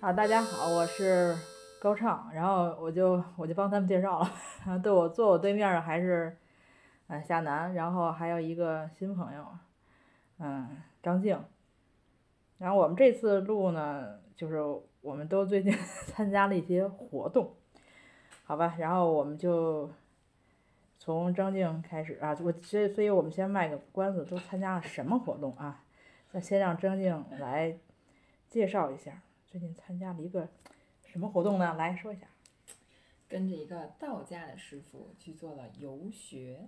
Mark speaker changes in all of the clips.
Speaker 1: 啊，大家好，我是高畅，然后我就我就帮他们介绍了， 然后对我坐我对面儿的还是，呃，夏楠，然后还有一个新朋友，嗯，张静。然后我们这次录呢，就是我们都最近 参加了一些活动，好吧，然后我们就从张静开始啊，我所以所以我们先卖个关子，都参加了什么活动啊？那先让张静来介绍一下。最近参加了一个什么活动呢？来说一下。
Speaker 2: 跟着一个道家的师傅去做了游学，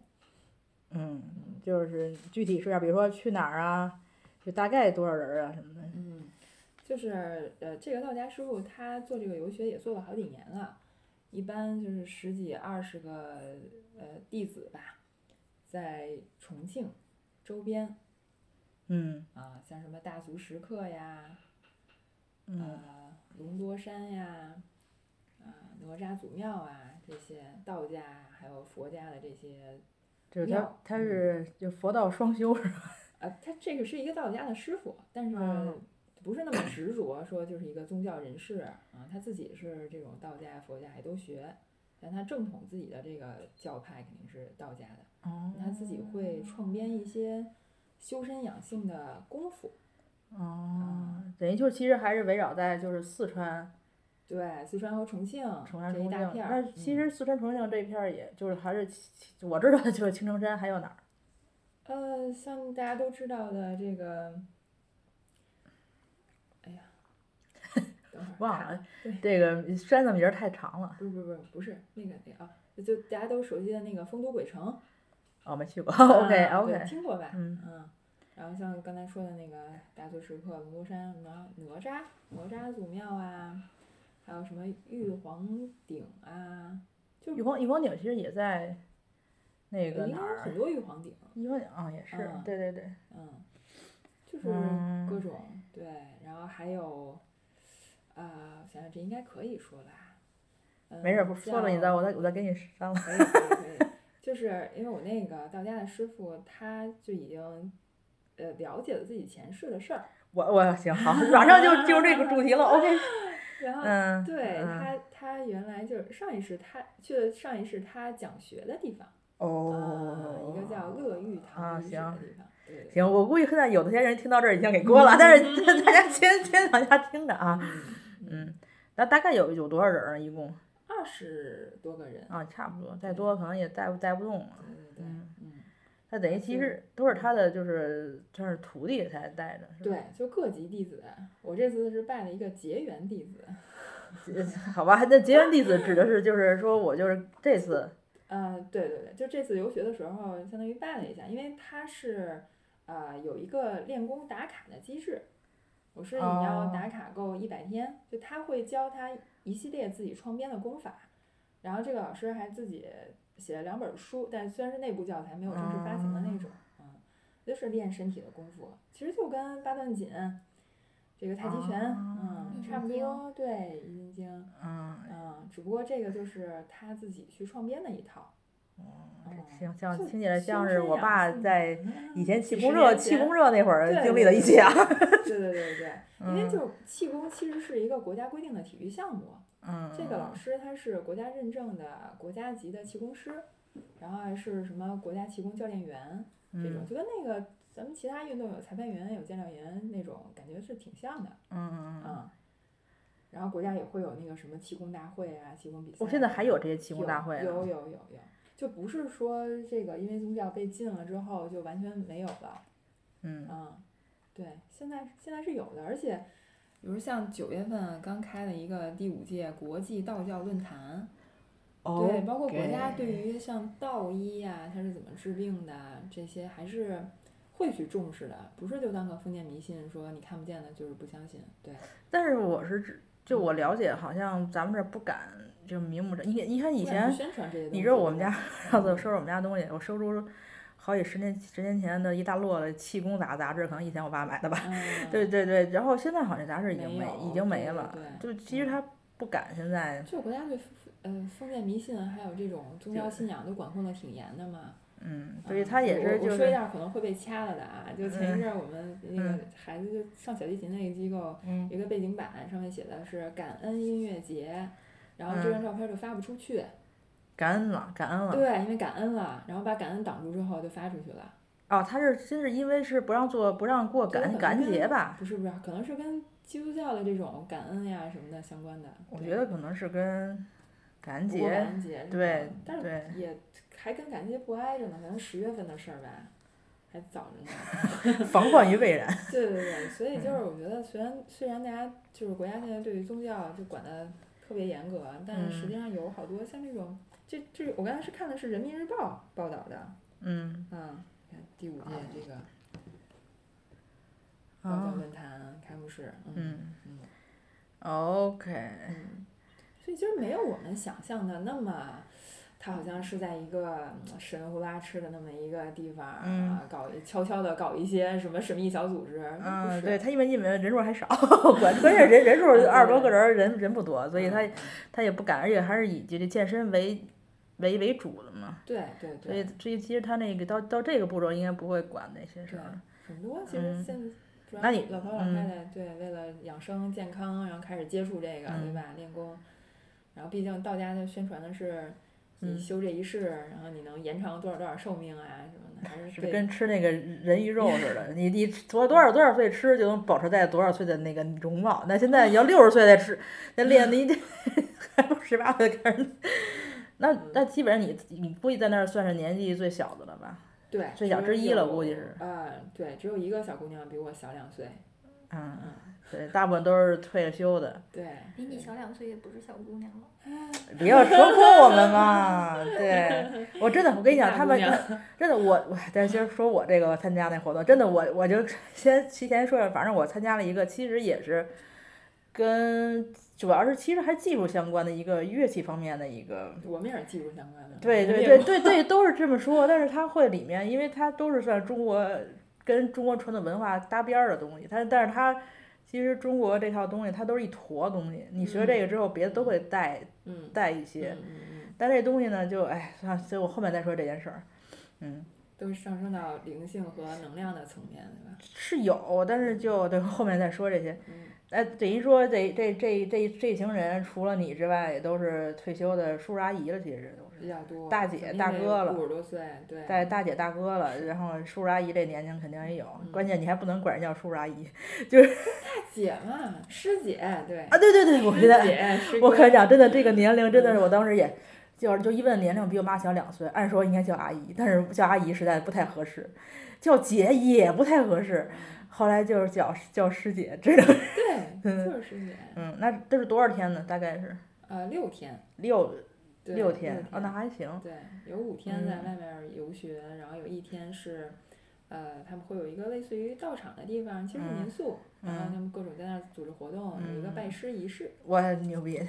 Speaker 1: 嗯，就是具体说一下，比如说去哪儿啊，就大概多少人啊什么的。
Speaker 2: 嗯，就是呃，这个道家师傅他做这个游学也做了好几年了，一般就是十几二十个呃弟子吧，在重庆周边
Speaker 1: 嗯
Speaker 2: 啊，像什么大足石刻呀，
Speaker 1: 嗯
Speaker 2: 呃，龙多山呀，啊，哪吒祖庙啊，这些道家还有佛家的这些
Speaker 1: 就是他
Speaker 2: 庙
Speaker 1: 他
Speaker 2: 嗯
Speaker 1: 是就佛道双修，
Speaker 2: 啊，他这个是一个道家的师傅，但是
Speaker 1: 嗯
Speaker 2: 不是那么执着，说就是一个宗教人士啊。他自己是这种道家、佛家也都学，但他正统自己的这个教派肯定是道家的。
Speaker 1: 哦
Speaker 2: 他自己会创编一些修身养性的功夫，
Speaker 1: 哦，
Speaker 2: 啊
Speaker 1: 等于就是其实还是围绕在就是四川、
Speaker 2: 对，四川和重庆
Speaker 1: 崇山、
Speaker 2: 这
Speaker 1: 重
Speaker 2: 一
Speaker 1: 庆。
Speaker 2: 大片
Speaker 1: 那
Speaker 2: 儿。
Speaker 1: 其
Speaker 2: 嗯
Speaker 1: 实四川重庆这一片儿，也就是还是我知道的就是青城山，还有哪儿？
Speaker 2: 呃，像大家都知道的这个，哎呀，等会儿
Speaker 1: 忘
Speaker 2: 卡
Speaker 1: 了这
Speaker 2: 对
Speaker 1: 个山的名儿太长了，
Speaker 2: 不是不是不是不是那个那个啊，就大家都熟悉的那个《丰都鬼城》
Speaker 1: 哦，没去过。OK
Speaker 2: 啊对
Speaker 1: OK，
Speaker 2: 听过吧？
Speaker 1: 嗯
Speaker 2: 然后像刚才说的那个大足石刻、龙头山、哪哪吒、哪吒祖庙啊，还有什么玉皇顶啊，就
Speaker 1: 玉皇玉皇顶其实也在那
Speaker 2: 应该
Speaker 1: 个哪
Speaker 2: 有
Speaker 1: 儿
Speaker 2: 很？多玉皇顶，
Speaker 1: 玉皇顶啊，也是，
Speaker 2: 嗯
Speaker 1: 对对对，
Speaker 2: 嗯，就是
Speaker 1: 嗯
Speaker 2: 各种、对，然后还有，啊、我想想这应该可以说吧？嗯、
Speaker 1: 没事儿，不说了，你再
Speaker 2: 叫
Speaker 1: 我再我再给你删了。
Speaker 2: 可以可以 可以，就是因为我那个道家的师傅，他就已经呃了解了自己前世的事儿，
Speaker 1: 我我行好，马上就进入这个主题了。OK，
Speaker 2: 然后、
Speaker 1: 嗯，
Speaker 2: 对
Speaker 1: 嗯
Speaker 2: 他他原来就是上一世他去了上一世他讲学的地方，啊
Speaker 1: 哦，
Speaker 2: 一个叫乐玉
Speaker 1: 啊
Speaker 2: 堂遗址的
Speaker 1: 行
Speaker 2: 地方，对对对
Speaker 1: 行，我估计现在有的些人听到这儿已经给过了，但是
Speaker 2: 嗯
Speaker 1: 大家先先往下听着啊，嗯，那大概有有多少人啊？一共
Speaker 2: 二十多个人，
Speaker 1: 啊，差不多，再多可能也带不带不动了。
Speaker 2: 对对对，
Speaker 1: 嗯
Speaker 2: 嗯，
Speaker 1: 那等于其实都是他的，就是算是徒弟才带着，是吧？
Speaker 2: 对，就各级弟子，我这次是拜了一个结缘弟子，
Speaker 1: 好吧，那结缘弟子指的是就是说我就是这次，
Speaker 2: 呃，对对对，就这次留学的时候，相当于拜了一下，因为它是呃有一个练功打卡的机制，我是你要
Speaker 1: 哦
Speaker 2: 打卡够一百天，就他会教他一系列自己创编的功法，然后这个老师还自己写了两本书，但虽然是内部教材，没有正式发行的那种，
Speaker 1: 哦
Speaker 2: 嗯，就是练身体的功夫，其实就跟八段锦。这个太极拳，
Speaker 1: 哦
Speaker 2: 嗯，差不
Speaker 3: 易筋
Speaker 2: 多，对，易筋经，
Speaker 1: 嗯，
Speaker 2: 嗯，只不过这个就是他自己去创编的一套，
Speaker 1: 哦
Speaker 2: 嗯
Speaker 1: 行像
Speaker 2: 哦就
Speaker 1: 听起来
Speaker 2: 修
Speaker 1: 像是
Speaker 2: 身
Speaker 1: 我
Speaker 2: 养
Speaker 1: 爸
Speaker 2: 性
Speaker 1: 在以前气
Speaker 2: 几
Speaker 1: 功
Speaker 2: 十
Speaker 1: 热，
Speaker 2: 年
Speaker 1: 气
Speaker 2: 前
Speaker 1: 功热那会儿
Speaker 2: 嗯对
Speaker 1: 经历的一嗯切啊。
Speaker 2: 对对对对，因为就是气功其实是一个国家规定的体育项目，
Speaker 1: 嗯，
Speaker 2: 这个老师他是国家认证的国家级的气功师，然后还是什么国家气功教练员这种，
Speaker 1: 嗯
Speaker 2: 就跟那个咱们其他运动有裁判员、有教练员那种感觉是挺像的，
Speaker 1: 嗯嗯，
Speaker 2: 嗯。然后国家也会有那个什么气功大会啊、气功比赛啊。
Speaker 1: 哦我现在还有这些气
Speaker 2: 有
Speaker 1: 功大会啊
Speaker 2: 有有
Speaker 1: 呢。
Speaker 2: 有有就不是说这个因为宗教被禁了之后就完全没有了。
Speaker 1: 嗯
Speaker 2: 嗯，对，现在现在是有的，而且，比如像九月份刚开了一个第五届国际道教论坛，对，包括国家对于像道医呀、它是怎么治病的这些，还是会去重视的，不是就当个封建迷信，说你看不见的就是不相信，对，
Speaker 1: 但是我是指，就我了解，好像咱们这儿不敢就明目张。你你看以
Speaker 2: 不
Speaker 1: 前
Speaker 2: 然不，宣传这些东西，
Speaker 1: 你知道我们家上次我收拾我们家东西，我收出好几十年十年前的一大摞的气功杂杂志，可能以前我爸买的吧。
Speaker 2: 嗯，
Speaker 1: 对对对，然后现在好像杂志已经
Speaker 2: 没
Speaker 1: 没
Speaker 2: 有
Speaker 1: 已经没
Speaker 2: 对
Speaker 1: 了，
Speaker 2: 对嗯
Speaker 1: 就其实他不敢现在。
Speaker 2: 就国家对封呃封建迷信还有这种宗教信仰都管控的挺严的嘛，
Speaker 1: 嗯，所以他也
Speaker 2: 我
Speaker 1: 是
Speaker 2: 我
Speaker 1: 就
Speaker 2: 说一
Speaker 1: 是
Speaker 2: 下可能会被掐了的啊，就前一阵儿我们那
Speaker 1: 嗯
Speaker 2: 个孩子就上小提琴那个机构，
Speaker 1: 嗯
Speaker 2: 有一个背景板上面写的是感恩音乐节，然后这
Speaker 1: 嗯
Speaker 2: 张照片就发不出去，
Speaker 1: 感恩了，感恩了。
Speaker 2: 对，因为感恩了，然后把感恩挡住之后就发出去了，
Speaker 1: 哦，他是真是因为是不让做不让过
Speaker 2: 对
Speaker 1: 感
Speaker 2: 可能
Speaker 1: 感恩
Speaker 2: 跟
Speaker 1: 节吧？
Speaker 2: 不是不是，可能是跟基督教的这种感恩呀什么的相关的，
Speaker 1: 我
Speaker 2: 对
Speaker 1: 觉得可能是跟感恩
Speaker 2: 不过感
Speaker 1: 节
Speaker 2: 恩节，
Speaker 1: 对，
Speaker 2: 但是
Speaker 1: 对
Speaker 2: 也还跟感恩节不挨着呢，可能十月份的事儿吧，还早着呢。
Speaker 1: 防患于未然。
Speaker 2: 对对对，所以就是我觉得，虽然虽然大家就是国家现在对于宗教就管的特别严格，但是实际上有好多像这种，这这我刚才是看的是人民日报报道的，
Speaker 1: 嗯
Speaker 2: 嗯，你看第五届这个道教
Speaker 1: 啊
Speaker 2: 论坛开幕式，嗯
Speaker 1: 嗯
Speaker 2: 嗯
Speaker 1: ，OK，
Speaker 2: 嗯，所以就是没有我们想象的那么。他好像是在一个嗯神乎拉吃的那么一个地方啊，
Speaker 1: 嗯
Speaker 2: 搞悄悄的搞一些什么神秘小组织，不
Speaker 1: 嗯，
Speaker 2: 是
Speaker 1: 对他因为你们人数还少， 关关键人人数
Speaker 2: 对
Speaker 1: 二十多个人儿，人人不多，所以他
Speaker 2: 嗯
Speaker 1: 他也不敢，而且还是以这个健身为为为主的嘛。
Speaker 2: 对对对
Speaker 1: 所，以，所以其实他那个到到这个步骤，应该不会管那些事
Speaker 2: 对
Speaker 1: 儿。，
Speaker 2: 很多其
Speaker 1: 嗯
Speaker 2: 实现主要
Speaker 1: 那你
Speaker 2: 老头老
Speaker 1: 嗯
Speaker 2: 太太对为了养生健康，然后开始接触这个，对
Speaker 1: 嗯
Speaker 2: 吧？练功，然后毕竟道家它宣传的是你
Speaker 1: 嗯
Speaker 2: 修这一世，然后你能延长多少多少寿命啊什么的，还是
Speaker 1: 是
Speaker 2: 对
Speaker 1: 跟吃那个人鱼肉似的，你你多多少多少岁吃就能保持在多少岁的那个容貌。那现在你要六十岁再吃，再练你这还不十八岁开始。那那基本上你你估计在那儿算是年纪最小的了吧？
Speaker 2: 对
Speaker 1: 最小
Speaker 2: 只
Speaker 1: 之一
Speaker 2: 有
Speaker 1: 了估计是
Speaker 2: 啊，对，只有一个小姑娘比我小两岁，
Speaker 1: 嗯，
Speaker 2: 嗯，
Speaker 1: 对，大部分都是退了休的。
Speaker 2: 对，
Speaker 3: 比你
Speaker 2: 对
Speaker 3: 小两岁也不是小姑娘了。
Speaker 1: 不要说破我们嘛！ 对，我真的，我跟你讲，
Speaker 2: 大
Speaker 1: 他
Speaker 2: 姑
Speaker 1: 们
Speaker 2: 娘
Speaker 1: 真的，我我但其实说我这个参加那活动，真的我我就先提前说一下，反正我参加了一个，其实也是跟主要是其实还是技术相关的一个乐器方面的一个。
Speaker 2: 我们也是技术相关的，
Speaker 1: 对
Speaker 2: 我们
Speaker 1: 对
Speaker 2: 也
Speaker 1: 对
Speaker 2: 不
Speaker 1: 对对，都是这么说，但是它会里面，因为它都是算中国跟中国传统文化搭边儿的东西，它但是它其实中国这套东西它都是一坨东西，你学这个之后，别的都会带
Speaker 2: 嗯
Speaker 1: 带一
Speaker 2: 嗯
Speaker 1: 些。
Speaker 2: 嗯嗯，
Speaker 1: 但这东西呢，就哎，算了，所以我后面再说这件事儿。嗯，
Speaker 2: 都是上升到灵性和能量的层面，对吧？
Speaker 1: 是有，但是就对后面再说这些。
Speaker 2: 嗯
Speaker 1: 哎，等于说这这这这这一行人，除了你之外，也都是退休的叔叔阿姨了，其实都
Speaker 2: 比
Speaker 1: 是
Speaker 2: 较多，
Speaker 1: 大姐大哥了
Speaker 2: 五十多岁，对，
Speaker 1: 大大姐大哥了。然后叔叔阿姨这年龄肯定也有，
Speaker 2: 嗯
Speaker 1: 关键你还不能管人叫叔叔阿姨
Speaker 2: 姐嘛，师姐，对，
Speaker 1: 啊！对对对，我
Speaker 2: 师
Speaker 1: 觉得
Speaker 2: 姐，师
Speaker 1: 我
Speaker 2: 哥
Speaker 1: 跟你讲，真的这个年龄真的是嗯我当时也。就是就一问年龄比我妈小两岁，按说应该叫阿姨，但是叫阿姨实在不太合适，叫姐也不太合适，后来就是叫叫师姐，知道？
Speaker 2: 对， 就是师姐，
Speaker 1: 嗯，那这是多少天呢？大概是
Speaker 2: 呃，六天，
Speaker 1: 六
Speaker 2: 对
Speaker 1: 六
Speaker 2: 天
Speaker 1: 天，哦，那还行。
Speaker 2: 对，有五天在
Speaker 1: 嗯
Speaker 2: 外面游学，然后有一天是，呃，他们会有一个类似于道场的地方，其实是
Speaker 1: 嗯
Speaker 2: 民宿，然后
Speaker 1: 嗯
Speaker 2: 他们各种在那儿组织活动，有一个
Speaker 1: 嗯
Speaker 2: 拜师仪式，
Speaker 1: 我牛逼！
Speaker 2: 嗯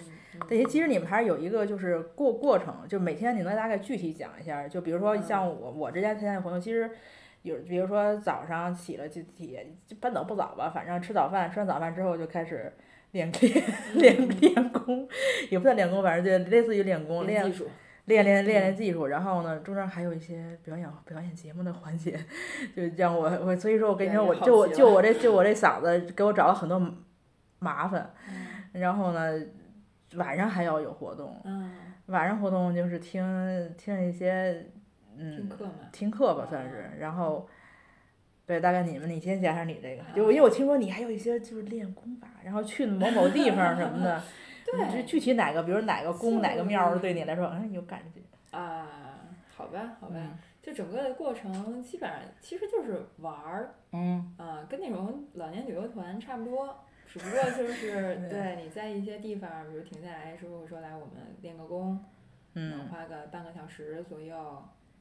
Speaker 1: 对，其实你们还是有一个就是过过程，就每天你能大概具体讲一下，就比如说像
Speaker 2: 嗯
Speaker 1: 我我之前参加的活动，其实有比如说早上起了就也就半早不早吧，反正吃早饭，吃完早饭之后就开始练 练
Speaker 2: 嗯
Speaker 1: 练练功，也不算练功，反正就类似于练功，
Speaker 2: 练
Speaker 1: 练
Speaker 2: 技术，
Speaker 1: 练练
Speaker 2: 嗯
Speaker 1: 练练技术，然后呢，中间还有一些表演表演节目的环节，就让我我所以说我跟你说，我
Speaker 2: 表演好
Speaker 1: 就我
Speaker 2: 极
Speaker 1: 就
Speaker 2: 了
Speaker 1: 我 这就我这嗓子给我找了很多麻烦，
Speaker 2: 嗯
Speaker 1: 然后呢，晚上还要有活动，
Speaker 2: 嗯，
Speaker 1: 晚上活动就是听听一些
Speaker 2: 听
Speaker 1: 嗯
Speaker 2: 课哦嘛，
Speaker 1: 听课吧算是，然后对大概你们你先讲一下你这个，就
Speaker 2: 啊
Speaker 1: 因为我听说你还有一些就是练功法，然后去某某地方什么 的，你
Speaker 2: 对
Speaker 1: 具具体哪个比如哪个宫哪个庙儿
Speaker 2: 是
Speaker 1: 对你来说嗯有感觉，
Speaker 2: 啊，好吧，好吧，
Speaker 1: 嗯
Speaker 2: 就整个的过程基本上其实就是玩儿，
Speaker 1: 嗯。
Speaker 2: 啊，跟那种老年旅游团差不多，只不过 就是
Speaker 1: 对
Speaker 2: 对你在一些地方，比如停下来，师傅会说来我们练个功，能
Speaker 1: 嗯
Speaker 2: 花个半个小时左右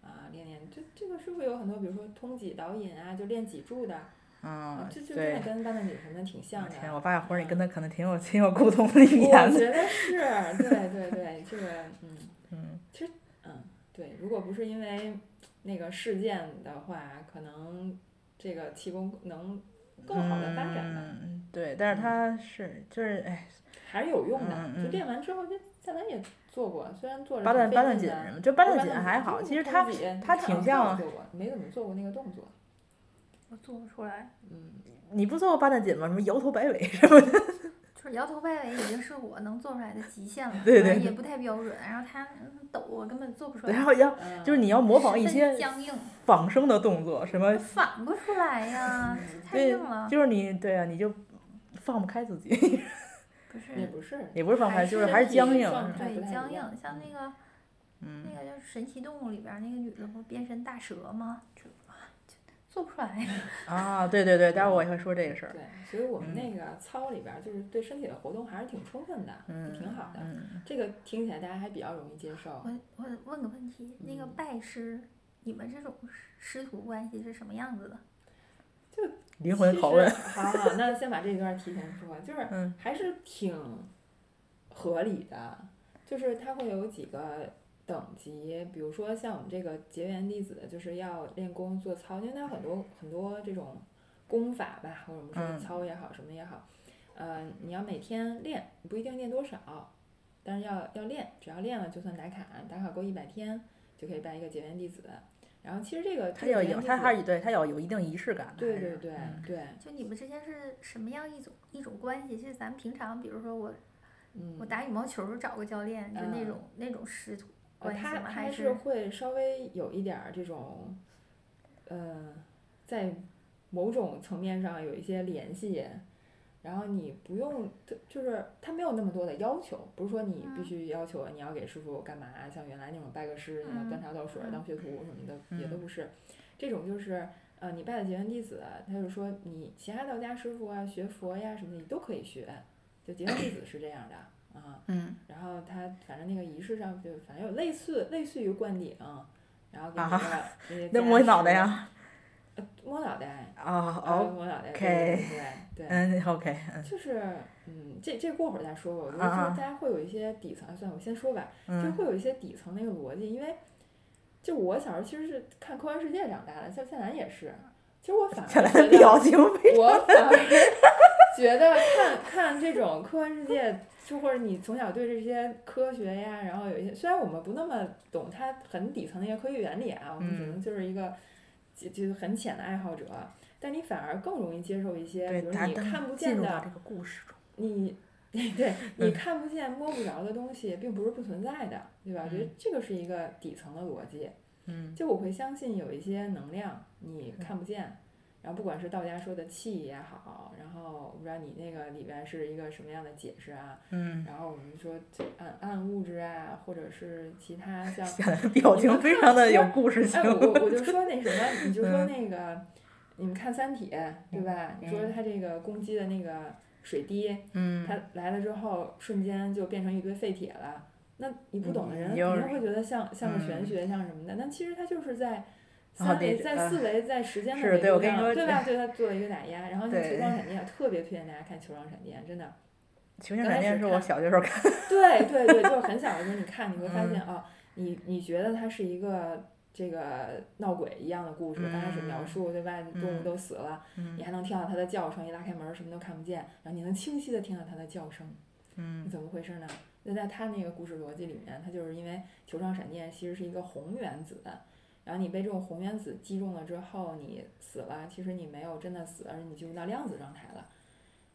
Speaker 2: 啊，练练。这这个师傅有很多，比如说通脊导引啊，就练脊柱的，
Speaker 1: 啊
Speaker 2: 啊，这就真
Speaker 1: 对
Speaker 2: 的，跟八段锦什么的挺像
Speaker 1: 我
Speaker 2: 的。啊嗯
Speaker 1: 天，我发现活儿你跟他可能挺有挺有共同的语
Speaker 2: 我
Speaker 1: 言的，
Speaker 2: 觉得是，对对对，这个嗯
Speaker 1: 嗯
Speaker 2: 嗯对，如果不是因为那个事件的话，可能这个气功能更好的发展吧。
Speaker 1: 嗯
Speaker 2: 嗯
Speaker 1: 嗯，对，但是他是就是哎，
Speaker 2: 还是有用的。
Speaker 1: 嗯嗯
Speaker 2: 就练完之后，就再来也做过，虽然做着
Speaker 1: 八段
Speaker 2: 很费
Speaker 1: 八段
Speaker 2: 劲
Speaker 1: 锦
Speaker 2: 的
Speaker 1: 什么，就八段
Speaker 2: 八
Speaker 1: 锦
Speaker 2: 段
Speaker 1: 还
Speaker 2: 锦
Speaker 1: 好，
Speaker 2: 就
Speaker 1: 其
Speaker 2: 是
Speaker 1: 实
Speaker 2: 八
Speaker 1: 它
Speaker 2: 段锦
Speaker 1: 它
Speaker 2: 看
Speaker 1: 挺
Speaker 2: 了
Speaker 1: 像，
Speaker 2: 做过，没怎么做过那个动作，
Speaker 3: 我做不出来。
Speaker 2: 嗯，
Speaker 1: 你不做过八段锦吗？什么摇头摆尾 什么的，
Speaker 3: 就是摇头摆尾已经是我能做出来的极限 了，
Speaker 1: 对对
Speaker 3: 然后
Speaker 1: 对
Speaker 3: 也不太标准。然后它嗯抖，我根本做不出
Speaker 1: 然
Speaker 3: 来，
Speaker 1: 后要
Speaker 2: 嗯
Speaker 1: 就是你要模仿
Speaker 3: 十
Speaker 1: 一
Speaker 3: 分
Speaker 1: 些
Speaker 3: 僵硬，
Speaker 1: 仿生的动作，什么
Speaker 3: 反不出来 呀，这太
Speaker 1: 对
Speaker 3: 硬
Speaker 2: 嗯
Speaker 3: 了。
Speaker 1: 就是你对啊，你就放不开自己，
Speaker 3: 不是，
Speaker 2: 啊也不是，
Speaker 1: 也不是放不开，
Speaker 3: 还
Speaker 1: 就是是还是
Speaker 2: 体
Speaker 1: 僵
Speaker 2: 力
Speaker 1: 硬，
Speaker 2: 状
Speaker 1: 是吧
Speaker 2: 态不
Speaker 3: 对，
Speaker 2: 太
Speaker 3: 僵
Speaker 2: 一
Speaker 3: 硬
Speaker 2: 样，
Speaker 3: 像那个
Speaker 1: 嗯
Speaker 3: 那，个就是《神奇动物》里边儿那个女的不变身大蛇吗？就啊就做不出来。
Speaker 1: 啊，对对对，待会儿我也会说这个事儿，
Speaker 2: 对，所以我们
Speaker 1: 嗯
Speaker 2: 那个操里边儿就是对身体的活动还是挺充分的，
Speaker 1: 嗯，
Speaker 2: 挺好的。
Speaker 1: 嗯，
Speaker 2: 这个听起来大家还比较容易接受。
Speaker 3: 我我问个问题，那个
Speaker 2: 嗯
Speaker 3: 拜师，你们这种师师徒关系是什么样子的？
Speaker 1: 灵魂拷问
Speaker 2: 其，实。好好，那先把这一段提前说，就是
Speaker 1: 嗯
Speaker 2: 还是挺合理的，就是它会有几个等级，比如说像我们这个结缘弟子，就是要练功做操，因为它有很多很多这种功法吧，或者我们
Speaker 1: 嗯
Speaker 2: 说操也好，什么也好，呃，你要每天练，你不一定练多少，但是要要练，只要练了就算打卡，打卡够一百天就可以拜一个结缘弟子。然后其实这个
Speaker 1: 他
Speaker 2: 这
Speaker 1: 要
Speaker 2: 个结缘
Speaker 1: 有
Speaker 2: 弟
Speaker 1: 他
Speaker 2: 子
Speaker 1: 还是对他要有一定仪式感的，
Speaker 2: 对
Speaker 1: 还是
Speaker 2: 对对
Speaker 1: 嗯
Speaker 2: 对，
Speaker 3: 就你们之间是什么样一种一种关系？是咱们平常，比如说我
Speaker 2: 嗯，
Speaker 3: 我打羽毛球儿找个教练，就那
Speaker 2: 嗯
Speaker 3: 种那种师徒
Speaker 2: 呃，
Speaker 3: 关系
Speaker 2: 他
Speaker 3: 吗？
Speaker 2: 他
Speaker 3: 还
Speaker 2: 是会稍微有一点儿这种，呃，在某种层面上有一些联系，然后你不用就就是他没有那么多的要求，不是说你必
Speaker 3: 嗯
Speaker 2: 须要求你要给师傅干嘛，像原来那种拜个师，你要端
Speaker 3: 嗯
Speaker 2: 茶倒水、
Speaker 3: 嗯
Speaker 2: 当学徒什么的，也都
Speaker 1: 嗯
Speaker 2: 不是。这种就是呃，你拜的结缘弟子，他就说你其他道家师傅啊、学佛呀什么的，你都可以学，就结缘弟子是这样的啊。
Speaker 1: 嗯
Speaker 2: 然后他反正那个仪式上就反正有类似类似于灌顶，然后给
Speaker 1: 啊
Speaker 2: 你个、
Speaker 1: 那摸脑袋，呀，
Speaker 2: 呃摸脑袋，
Speaker 1: 啊
Speaker 2: 然后
Speaker 1: 哦，
Speaker 2: 摸脑袋，对
Speaker 1: OK
Speaker 2: 对对
Speaker 1: 嗯，OK，
Speaker 2: 对，就是嗯，这这过会儿再说吧，我觉得
Speaker 1: 啊
Speaker 2: 就是
Speaker 1: 啊
Speaker 2: 大家会有一些底层，哎算了，我先说吧，就
Speaker 1: 嗯
Speaker 2: 会有一些底层那个逻辑，因为就我小时候其实是看《科幻世界》长大的，像夏楠也是，其实我反而
Speaker 1: 看来
Speaker 2: 觉
Speaker 1: 的
Speaker 2: 得
Speaker 1: 表情非
Speaker 2: 我反而觉得看看这种科幻世界，就或者你从小对这些科学呀，然后有一些虽然我们不那么懂它很底层的一些科学原理啊，我们只
Speaker 1: 嗯
Speaker 2: 能就是一个就就是很浅的爱好者，但你反而更容易接受一些，
Speaker 1: 对，
Speaker 2: 比如
Speaker 1: 咱
Speaker 2: 你
Speaker 1: 咱
Speaker 2: 看不
Speaker 1: 进
Speaker 2: 见
Speaker 1: 入到
Speaker 2: 的
Speaker 1: 这个故事 中，
Speaker 2: 你。对 你
Speaker 1: 嗯
Speaker 2: 看不见、摸不着的东西，并不是不存在的，对吧？我觉得
Speaker 1: 嗯
Speaker 2: 这个是一个底层的逻辑。
Speaker 1: 嗯
Speaker 2: 就我会相信有一些能量你看不见，然后不管是道家说的气也好，然后我不知道你那个里边是一个什么样的解释啊，
Speaker 1: 嗯，
Speaker 2: 然后我们说这暗暗物质啊，或者是其他像，
Speaker 1: 夏楠的表情非常的有故事性
Speaker 2: 哎，，我我我 就说那什么，你就说
Speaker 1: 嗯
Speaker 2: 那个，你们看《三体》对吧？你说
Speaker 1: 嗯
Speaker 2: 它这个公鸡的那个水滴，
Speaker 1: 嗯，
Speaker 2: 它来了之后瞬间就变成一堆废铁了。那你不懂的人
Speaker 1: 你
Speaker 2: 肯
Speaker 1: 就
Speaker 2: 定会觉得像像个玄
Speaker 1: 嗯
Speaker 2: 学，像什么的。但其实它就是在
Speaker 1: 哦
Speaker 2: 三维、
Speaker 1: 对
Speaker 2: 在
Speaker 1: 呃
Speaker 2: 四维、在时间的
Speaker 1: 是
Speaker 2: 维
Speaker 1: 对
Speaker 2: 度
Speaker 1: 我跟你
Speaker 2: 上，
Speaker 1: 说
Speaker 2: 对吧？对它做了一个打压。然后像球
Speaker 1: 对
Speaker 2: 状闪电，特别推荐大家看球状闪电，真的。
Speaker 1: 球形
Speaker 2: 刚
Speaker 1: 闪
Speaker 2: 开
Speaker 1: 电
Speaker 2: 始
Speaker 1: 是我
Speaker 2: 看
Speaker 1: 小学时候看，
Speaker 2: 对对对，就是很小的时候你看，你会发现
Speaker 1: 嗯
Speaker 2: 哦，你你觉得它是一个这个闹鬼一样的故事，刚开始描
Speaker 1: 嗯
Speaker 2: 述对吧？动
Speaker 1: 嗯
Speaker 2: 物都死了，
Speaker 1: 嗯
Speaker 2: 你还能听到它的叫声，一拉开门儿什么都看不见，然后你能清晰的听到它的叫声。
Speaker 1: 嗯
Speaker 2: 怎么回事呢？那在他那个故事逻辑里面，他就是因为球状闪电其实是一个红原子，然后你被这种红原子击中了之后，你死了，其实你没有真的死，而是你进入到量子状态了。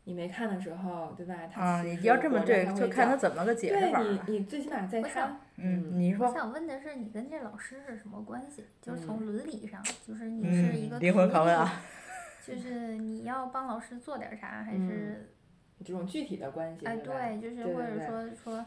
Speaker 2: 你没看的时候，对吧？它
Speaker 1: 啊，
Speaker 2: 其
Speaker 1: 你
Speaker 2: 实
Speaker 1: 要这么
Speaker 2: 活着
Speaker 1: 对
Speaker 2: 它，会
Speaker 1: 就看
Speaker 2: 叫
Speaker 1: 他怎么个解释法儿
Speaker 2: 对
Speaker 1: 了，
Speaker 2: 你，你最起码在
Speaker 3: 我想
Speaker 2: 他，
Speaker 1: 嗯，你
Speaker 3: 我
Speaker 1: 说，
Speaker 3: 想问的是，你跟这老师是什么关系？就是
Speaker 2: 嗯
Speaker 3: 从伦理上，就是你是一
Speaker 1: 嗯
Speaker 3: 个，
Speaker 1: 灵魂
Speaker 3: 徒
Speaker 1: 拷问
Speaker 3: 弟
Speaker 1: 啊，
Speaker 3: 就是你要帮老师做点啥，还
Speaker 2: 嗯
Speaker 3: 是
Speaker 2: 这种具体的关系，
Speaker 3: 哎
Speaker 2: 对吧？
Speaker 3: 对，就是
Speaker 2: 对
Speaker 3: 或
Speaker 2: 对
Speaker 3: 者
Speaker 2: 对
Speaker 3: 说说，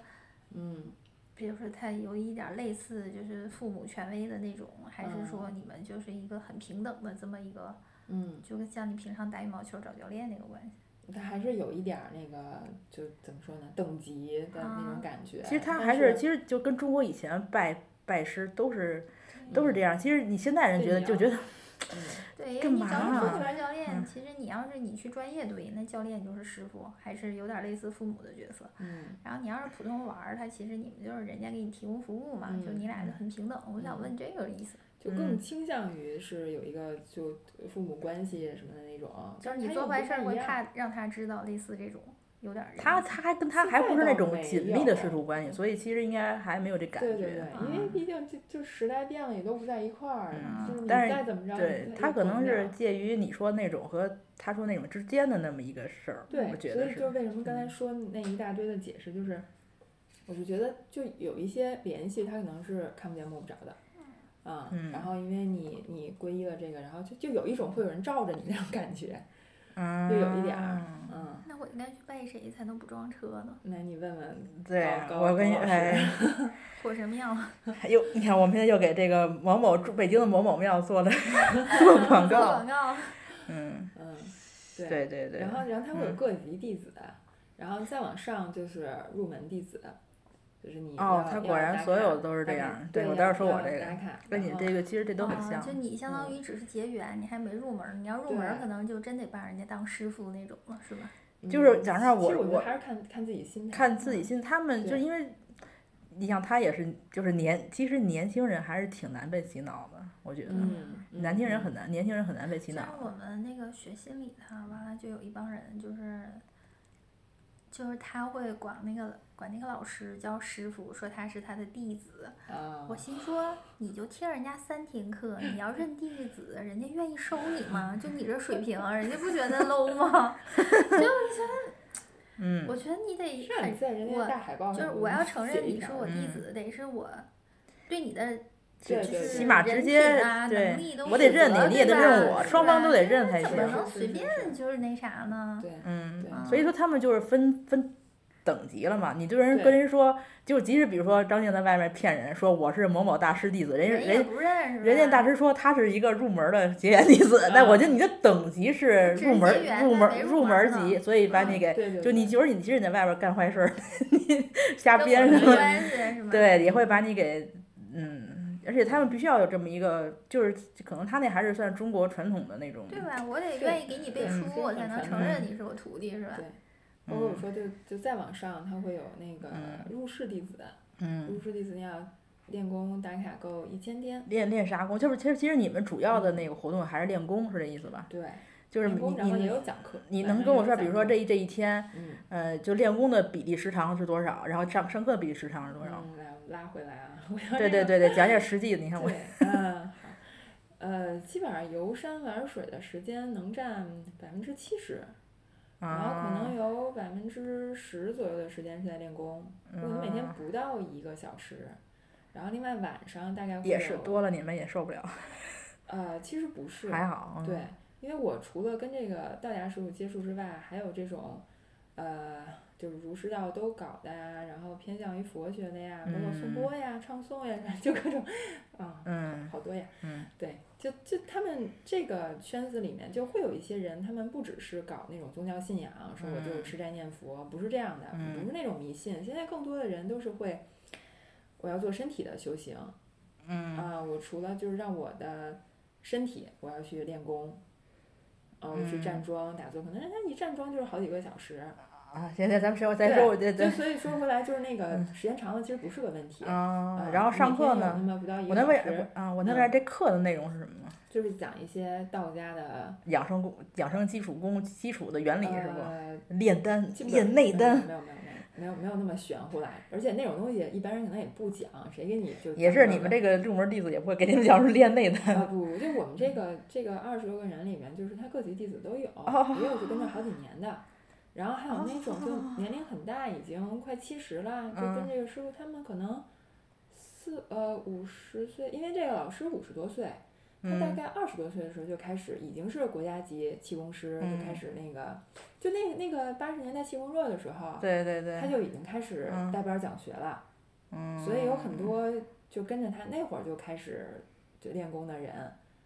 Speaker 2: 嗯，
Speaker 3: 比如说他有一点儿类似就是父母权威的那种，还是
Speaker 2: 嗯
Speaker 3: 说你们就是一个很平等的这么一个，
Speaker 2: 嗯，
Speaker 3: 就跟像你平常打羽毛球找教练那个关系？
Speaker 2: 他还是有一点儿那个，就怎么说呢，等级的那
Speaker 3: 啊
Speaker 2: 种感觉。
Speaker 1: 其实他
Speaker 2: 但
Speaker 1: 还
Speaker 2: 是
Speaker 1: 是，其实就跟中国以前拜拜师都是都是这样，其实你现代人
Speaker 2: 嗯对
Speaker 1: 觉得
Speaker 2: 你
Speaker 1: 就
Speaker 2: 要
Speaker 1: 觉得
Speaker 2: 嗯
Speaker 3: 对，因为
Speaker 1: 干
Speaker 3: 你
Speaker 1: 嘛
Speaker 3: 找你
Speaker 1: 啊
Speaker 3: 做球教练，
Speaker 1: 嗯
Speaker 3: 其实你要是你去专业队，那教练就是师傅，还是有点类似父母的角色。
Speaker 2: 嗯。
Speaker 3: 然后你要是普通玩儿，他其实你们就是人家给你提供服务嘛，就
Speaker 2: 嗯
Speaker 3: 你俩就很平等。我想问这个意思，
Speaker 2: 就更
Speaker 1: 嗯
Speaker 2: 倾向于是有一个就父母关系什么的那种，
Speaker 3: 就
Speaker 2: 它
Speaker 3: 是你
Speaker 2: 又
Speaker 3: 做坏
Speaker 2: 不
Speaker 3: 事儿
Speaker 2: 太一
Speaker 3: 会
Speaker 2: 样
Speaker 3: 怕让他知道，类似这种。有点儿人
Speaker 1: 他
Speaker 3: 气
Speaker 1: 他还跟他
Speaker 2: 嗯现
Speaker 1: 还
Speaker 2: 在
Speaker 1: 不是那
Speaker 2: 倒
Speaker 1: 种
Speaker 2: 没
Speaker 1: 紧
Speaker 2: 有
Speaker 1: 密的师徒关系，所以其实应该还没有这感觉。
Speaker 2: 对
Speaker 1: 嗯
Speaker 2: 对对，因为毕竟就就时代变了，也都不在一块儿，
Speaker 3: 嗯
Speaker 2: 就是你
Speaker 1: 但是
Speaker 2: 再怎么着，
Speaker 1: 对
Speaker 2: 你再
Speaker 1: 他
Speaker 2: 也
Speaker 1: 可
Speaker 2: 管
Speaker 1: 能
Speaker 2: 不
Speaker 1: 是
Speaker 2: 了
Speaker 1: 介于你说那种和他说那种之间的那么一个事儿，
Speaker 2: 对，
Speaker 1: 我觉
Speaker 2: 所
Speaker 1: 得
Speaker 2: 以就是
Speaker 1: 是。嗯
Speaker 2: 为什么刚才说那一大堆的解释，就是我是觉得就有一些联系，它可能是看不见摸不着的。啊、
Speaker 1: 嗯
Speaker 2: 然后因为你你皈依了这个，然后就就有一种会有人罩着你那种感觉，
Speaker 1: 嗯，
Speaker 2: 就有一点儿，嗯，
Speaker 3: 那我应该去拜谁才能不撞车呢？
Speaker 2: 那你问问，
Speaker 1: 对
Speaker 2: 高，
Speaker 1: 我
Speaker 2: 高
Speaker 1: 跟你
Speaker 2: 老师
Speaker 1: 哎，
Speaker 3: 火神庙，
Speaker 1: 又你看，我们现在又给这个某某驻北京的某某庙 做了做广
Speaker 3: 做
Speaker 1: 告
Speaker 3: 广，告，
Speaker 1: 嗯，
Speaker 2: 嗯，
Speaker 1: 对对对，
Speaker 2: 然后然后它会有
Speaker 1: 嗯
Speaker 2: 各级弟子，然后再往上就是入门弟子，就是你
Speaker 1: 哦
Speaker 2: 要，
Speaker 1: 他
Speaker 2: 要
Speaker 1: 果然
Speaker 2: 打
Speaker 1: 所
Speaker 2: 卡
Speaker 1: 有都是这
Speaker 2: 打卡
Speaker 1: 样儿，
Speaker 2: 对
Speaker 1: 对我
Speaker 2: 要
Speaker 1: 待会儿说我
Speaker 2: 要
Speaker 1: 这个
Speaker 2: 打卡，
Speaker 1: 跟你
Speaker 2: 然后
Speaker 1: 这个其实这都很
Speaker 3: 啊
Speaker 1: 像嗯
Speaker 3: 就，你相当于只是结缘，你还没入门儿，你要入门儿
Speaker 2: 对
Speaker 3: 可能就真得把人家当师傅那种了，是吧？
Speaker 1: 就是
Speaker 2: 嗯
Speaker 1: 讲实话
Speaker 2: 其实
Speaker 1: 我
Speaker 2: 我觉
Speaker 1: 我
Speaker 2: 得还是看看自己心态，
Speaker 1: 看自己
Speaker 2: 嗯
Speaker 1: 心，他们就
Speaker 2: 对
Speaker 1: 因为，你像他也是，就是年，其实年轻人还是挺难被洗脑的，我觉得，
Speaker 2: 嗯，嗯
Speaker 1: 年轻人
Speaker 2: 嗯
Speaker 1: 很难，年轻人很难被洗脑
Speaker 3: 像。我们那个学心理的，完了就有一帮人，就是就是他会管那个管那个老师叫师傅，说他是他的弟子。
Speaker 2: 啊
Speaker 3: 我，心说，你就听人家三天课，你要认弟子，人家愿意收你吗？就你这水平，人家不觉得 low 吗？
Speaker 1: 嗯，
Speaker 3: 我觉得你得
Speaker 2: 是啊你
Speaker 3: 很，
Speaker 2: 在人家
Speaker 3: 我
Speaker 2: 的大海报
Speaker 3: 就
Speaker 2: 上，
Speaker 3: 是我要承认
Speaker 2: 写一
Speaker 3: 你
Speaker 2: 条
Speaker 3: 是我弟子，得是我对你的
Speaker 1: 就
Speaker 2: 对
Speaker 1: 就
Speaker 2: 对
Speaker 1: 是
Speaker 2: 对
Speaker 1: 起码
Speaker 3: 人
Speaker 1: 直
Speaker 3: 品
Speaker 1: 接
Speaker 3: 啊
Speaker 1: 对
Speaker 3: 能力都，
Speaker 1: 我得
Speaker 3: 负
Speaker 1: 认你，
Speaker 3: 责
Speaker 1: 你
Speaker 3: 对
Speaker 1: 也得认
Speaker 3: 吧
Speaker 1: 我，
Speaker 3: 是
Speaker 1: 双方
Speaker 3: 吧
Speaker 1: 都得
Speaker 3: 这
Speaker 1: 认才
Speaker 3: 怎
Speaker 1: 行
Speaker 3: 么。
Speaker 2: 是
Speaker 3: 能
Speaker 2: 是
Speaker 3: 随
Speaker 2: 是
Speaker 3: 便
Speaker 2: 是
Speaker 3: 就是那啥呢？
Speaker 2: 对，
Speaker 1: 嗯，
Speaker 2: 对
Speaker 1: 所以说
Speaker 3: 啊
Speaker 1: 他们就是分分等级了嘛。你对人
Speaker 2: 对
Speaker 1: 跟人说，就即使比如说张静在外面骗人说我是某某大师弟子，人
Speaker 3: 人
Speaker 1: 人
Speaker 3: 也
Speaker 1: 人
Speaker 3: 不嗯认识吧，
Speaker 1: 人家大师说他是一个入门的结缘弟子，那我觉得你的等级是
Speaker 3: 只是
Speaker 1: 入门
Speaker 3: 结缘
Speaker 1: 入
Speaker 3: 还
Speaker 1: 门
Speaker 3: 没入
Speaker 1: 入
Speaker 3: 门
Speaker 1: 门
Speaker 3: 呢嗯
Speaker 1: 级，所以把你给
Speaker 2: 对对，
Speaker 1: 就
Speaker 2: 对
Speaker 1: 你就是你，即使你在外边干坏事儿， 你瞎
Speaker 3: 跟
Speaker 1: 编
Speaker 3: 我没
Speaker 1: 上，
Speaker 3: 关系是吗？
Speaker 1: 对，也会把你给嗯，而且他们必须要有这么一个，就是可能他那还是算中国传统的那种，嗯
Speaker 3: 对吧？我得
Speaker 2: 对
Speaker 3: 愿意给你背
Speaker 2: 对
Speaker 3: 书，
Speaker 2: 非
Speaker 3: 我
Speaker 2: 常
Speaker 3: 才能
Speaker 2: 传
Speaker 3: 承
Speaker 1: 统
Speaker 3: 认你是我徒弟，是吧
Speaker 2: 对？包括我
Speaker 1: 嗯
Speaker 2: 说就就再往上，它会有那个
Speaker 1: 嗯
Speaker 2: 入室弟子，
Speaker 1: 嗯，
Speaker 2: 入室弟子你要练功打卡够一千天，
Speaker 1: 练练啥功？就是其实其实你们主要的那个活动还是练功，是这意思吧？
Speaker 2: 对，
Speaker 1: 就是
Speaker 2: 练
Speaker 1: 你
Speaker 2: 功然后也
Speaker 1: 你
Speaker 2: 有讲课，
Speaker 1: 你
Speaker 2: 晚
Speaker 1: 能跟
Speaker 2: 上也
Speaker 1: 我
Speaker 2: 有
Speaker 1: 说，
Speaker 2: 讲
Speaker 1: 比如说
Speaker 2: 课
Speaker 1: 这一这一天，
Speaker 2: 嗯
Speaker 1: 呃，就练功的比例时长是多少？然后上上课的比例时长是多少？
Speaker 2: 嗯，来拉回来啊， 我要
Speaker 1: 对对
Speaker 2: 这个
Speaker 1: 对对，讲点实际的。你看我，
Speaker 2: 对，嗯，好，呃，基本上游山玩水的时间能占百分之七十，然后可
Speaker 1: 啊
Speaker 2: 能，有百分之十左右的时间是在练功，我可能每
Speaker 1: 嗯
Speaker 2: 天不到一个小时。然后另外晚上大概会
Speaker 1: 也是
Speaker 2: 有
Speaker 1: 多了，你们也受不了，
Speaker 2: 呃，其实不是，
Speaker 1: 还好。嗯
Speaker 2: 对，，因为我除了跟这个道家师傅接触之外，还有这种，呃，就是儒释道都搞的呀，然后偏向于佛学的呀，包括
Speaker 1: 嗯
Speaker 2: 颂钵呀、唱诵呀， 就各种，啊、
Speaker 1: 嗯
Speaker 2: 好多呀。
Speaker 1: 嗯，
Speaker 2: 对，就就他们这个圈子里面，就会有一些人，他们不只是搞那种宗教信仰，说我就
Speaker 1: 嗯
Speaker 2: 吃斋念佛，不是这样的，
Speaker 1: 嗯
Speaker 2: 不是那种迷信。现在更多的人都是会，我要做身体的修行啊、
Speaker 1: 嗯
Speaker 2: 我除了就是让我的身体，我要去练功。啊，我去
Speaker 1: 嗯
Speaker 2: 站桩打坐，可能人家一站桩就是好几个小时。
Speaker 1: 啊，现在咱们说，咱说我这
Speaker 2: 就
Speaker 1: 这
Speaker 2: 所以说回来就是那个时间长了，其实不是个问题。
Speaker 1: 啊
Speaker 2: 啊，
Speaker 1: 嗯然后
Speaker 2: 每
Speaker 1: 上
Speaker 2: 天
Speaker 1: 课
Speaker 2: 有那
Speaker 1: 呢，
Speaker 2: 么不到一
Speaker 1: 我
Speaker 2: 个
Speaker 1: 那
Speaker 2: 小
Speaker 1: 为
Speaker 2: 时，嗯
Speaker 1: 啊，我那为这课的内容是什么呢？
Speaker 2: 就是讲一些道家的
Speaker 1: 养生功、养生基础功、基础的原理是不？
Speaker 2: 呃
Speaker 1: 炼丹、
Speaker 2: 基本
Speaker 1: 炼内丹，
Speaker 2: 没有没有没有没有没有那么玄乎啦，而且那种东西一般人可能也不讲，谁给你就
Speaker 1: 也是你们这个入门弟子也不会给你们讲是炼内丹。
Speaker 2: 啊不，就我们这个这个二十多个人里面，就是他各级弟子都有，
Speaker 1: 哦
Speaker 2: 也有就跟着好几年的，然后还有那种就
Speaker 1: 哦
Speaker 2: 年龄很大，已经快七十了，就
Speaker 1: 嗯
Speaker 2: 跟这个师傅他们可能四呃五十岁，因为这个老师五十多岁。他大
Speaker 1: 嗯
Speaker 2: 概二十多岁的时候就开始，已经是国家级气功师，
Speaker 1: 嗯
Speaker 2: 就开始那个，就那那个八十年代气功热的时候，
Speaker 1: 对对对
Speaker 2: 他，就已经开始
Speaker 1: 嗯
Speaker 2: 带班儿讲学了，
Speaker 1: 嗯，
Speaker 2: 所以有很多就跟着他那会儿就开始就练功的人，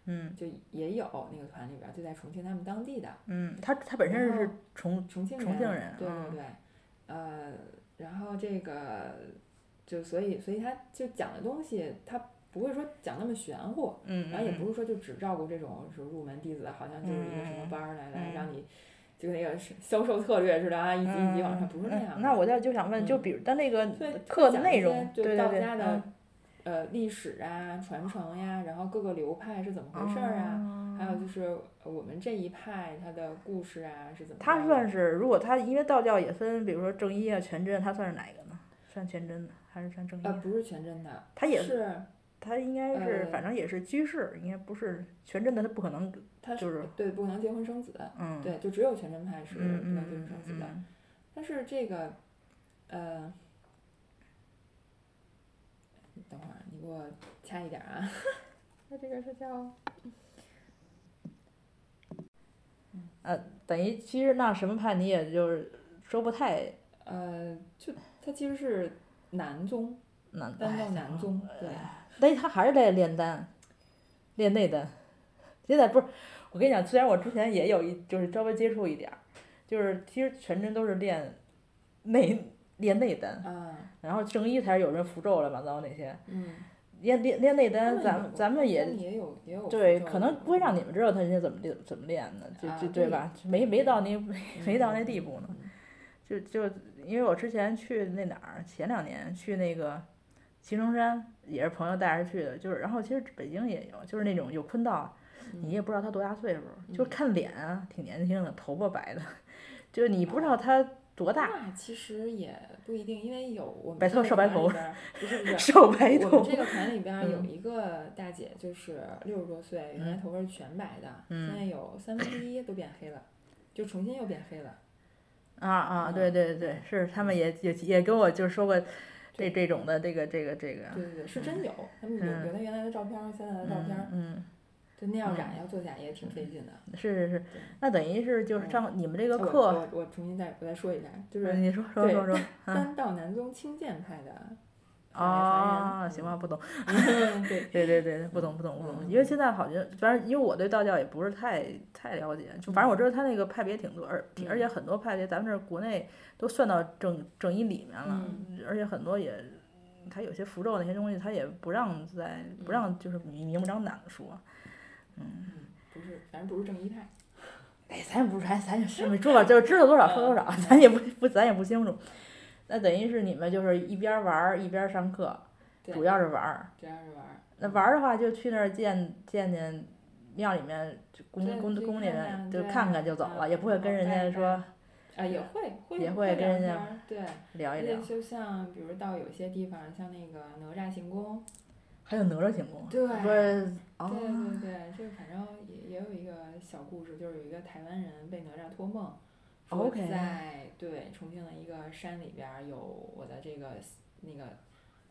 Speaker 1: 嗯
Speaker 2: 就也有那个团里边儿就在重庆他们当地的
Speaker 1: 嗯，他他本身是
Speaker 2: 然后
Speaker 1: 重
Speaker 2: 重庆人，
Speaker 1: 重庆人
Speaker 2: 对
Speaker 1: 嗯
Speaker 2: 对对，呃，然后这个就所以所以他就讲的东西他不会说讲那么玄乎，
Speaker 1: 嗯，嗯
Speaker 2: 然后也不
Speaker 1: 是
Speaker 2: 是说就只照顾这种是入门弟子，好像就是一个什么班儿来来让你，就那个是销售策略似的啊，一
Speaker 1: 嗯
Speaker 2: 级一级往上，不是那样的。
Speaker 1: 那我在就想问，就
Speaker 2: 嗯
Speaker 1: 比如但那个
Speaker 2: 对
Speaker 1: 课
Speaker 2: 讲一
Speaker 1: 内
Speaker 2: 些
Speaker 1: 容，
Speaker 2: 就
Speaker 1: 对对
Speaker 2: 道
Speaker 1: 对，
Speaker 2: 家的
Speaker 1: 嗯
Speaker 2: 呃历史啊、传承呀、然后各个流派是怎么回事儿啊，还有
Speaker 1: 哦
Speaker 2: 就是我们这一派它的故事啊是怎么着的。
Speaker 1: 他算是，如果他因为道教也分，比如说正一啊、全真，他算是哪一个呢？算全真的还是算正一
Speaker 2: 呃
Speaker 1: 啊？
Speaker 2: 不是全真的，
Speaker 1: 他也
Speaker 2: 是
Speaker 1: 他应该是，
Speaker 2: 呃
Speaker 1: 反正也是居士，应该不是全真的，他不可能
Speaker 2: 他是
Speaker 1: 就是
Speaker 2: 对不能结婚生子，
Speaker 1: 嗯，
Speaker 2: 对就只有全真派是不
Speaker 1: 嗯
Speaker 2: 能结婚
Speaker 1: 嗯
Speaker 2: 生子
Speaker 1: 嗯
Speaker 2: 的。
Speaker 1: 嗯，
Speaker 2: 但是这个，呃，等会儿你给我掐一点儿啊。那这个是叫
Speaker 1: 等于其实那什么派你也就是说不太
Speaker 2: 呃，就它其实是南宗，
Speaker 1: 难，
Speaker 2: 丹
Speaker 1: 哎
Speaker 2: 道南宗，对，
Speaker 1: 但他还是在炼丹，炼内丹。现在不是，我跟你讲，虽然我之前也有一，就是稍微接触一点儿，就是其实全真都是练内练内丹，
Speaker 2: 啊，
Speaker 1: 然后正一才是有人符咒乱七八糟那些
Speaker 2: 嗯，
Speaker 1: 练练练内
Speaker 2: 他
Speaker 1: 丹，咱
Speaker 2: 有
Speaker 1: 们咱们
Speaker 2: 他
Speaker 1: 也
Speaker 2: 们也有也有
Speaker 1: 对，
Speaker 2: 符咒
Speaker 1: 可能
Speaker 2: 的嗯
Speaker 1: 不会让你们知道他人家怎么练怎么练的，就
Speaker 2: 啊
Speaker 1: 就
Speaker 2: 对
Speaker 1: 对吧？没没到那
Speaker 2: 嗯
Speaker 1: 没到那地步呢
Speaker 2: 嗯。
Speaker 1: 就就因为我之前去那哪儿，前两年去那个祁城山，也是朋友带着去的，就是然后其实北京也有，就是那种有坤道，你也不知道他多大岁数，
Speaker 2: 嗯
Speaker 1: 就是看脸啊，挺年轻的，头发 白的，就是你不知道
Speaker 2: 哦
Speaker 1: 他多大，
Speaker 2: 那其实也不一定，因为有我们
Speaker 1: 白
Speaker 2: 这
Speaker 1: 头
Speaker 2: 个
Speaker 1: 少白
Speaker 2: 团里
Speaker 1: 头
Speaker 2: 边儿， 不是不是。
Speaker 1: 少白
Speaker 2: 我们
Speaker 1: 头，
Speaker 2: 这个团里边儿有
Speaker 1: 嗯
Speaker 2: 一个大姐，就是六十多岁，原来头发是全白的，
Speaker 1: 嗯
Speaker 2: 现在有三分之一都变黑了，就重新又变 黑了。
Speaker 1: 啊
Speaker 2: 嗯
Speaker 1: 啊，对对对，是他们也也也跟我就说过这这种的这个这个这个，
Speaker 2: 对对对，是真有，他们有
Speaker 1: 嗯
Speaker 2: 有他原来的照片儿，现在的照片儿，
Speaker 1: 嗯
Speaker 2: 就那样染
Speaker 1: 嗯
Speaker 2: 要做假也挺费劲的。
Speaker 1: 嗯，是是是
Speaker 2: 对，
Speaker 1: 那等于是就是
Speaker 2: 嗯
Speaker 1: 上你们这
Speaker 2: 这
Speaker 1: 个课，
Speaker 2: 我我重新再我再说一下，就
Speaker 1: 嗯
Speaker 2: 是
Speaker 1: 你说说
Speaker 2: 对
Speaker 1: 说说，嗯
Speaker 2: 丹道南宗清剑派的法
Speaker 1: 啊，
Speaker 2: 言
Speaker 1: 行吧，，不懂。
Speaker 2: 嗯 对，
Speaker 1: 对对对，不懂不懂不懂，
Speaker 2: 嗯
Speaker 1: 因为现在好像反正因为我对道教也不是太太了解，就反正我知道他那个派别挺多，而
Speaker 2: 嗯
Speaker 1: 挺而且很多派别咱们这儿国内都算到正正一里面了，
Speaker 2: 嗯
Speaker 1: 而且很多也他有些符咒那些东西他也不让在
Speaker 2: 嗯
Speaker 1: 不让就是明明目张胆的说，
Speaker 2: 不是，反正不是正一派。
Speaker 1: 哎，咱也不是咱咱也是没说吧，就是知道多少说多少，
Speaker 2: 嗯
Speaker 1: 咱也不不咱也不清楚。那等于是你们就是一边玩儿一边上课，
Speaker 2: 对
Speaker 1: 主要是玩儿。
Speaker 2: 主要是玩儿。
Speaker 1: 那玩儿的话，就去那儿见见见庙里面就宫
Speaker 2: 对
Speaker 1: 宫
Speaker 2: 去
Speaker 1: 宫里
Speaker 2: 看
Speaker 1: 面
Speaker 2: 看
Speaker 1: 就
Speaker 2: 对
Speaker 1: 看看就走了，
Speaker 2: 嗯
Speaker 1: 也不会跟人
Speaker 2: 拜
Speaker 1: 家
Speaker 2: 拜
Speaker 1: 说
Speaker 2: 啊，也会会
Speaker 1: 也会跟人家
Speaker 2: 聊天儿对，
Speaker 1: 聊一
Speaker 2: 而
Speaker 1: 聊
Speaker 2: 且。就像比如到有些地方，像那个哪吒行宫，
Speaker 1: 还有哪吒行宫，
Speaker 2: 对
Speaker 1: 不是哦
Speaker 2: 对对对，这个反正也也有一个小故事，就是有一个台湾人被哪吒托梦，说
Speaker 1: OK
Speaker 2: 在对重庆的一个山里边儿有我的这个那个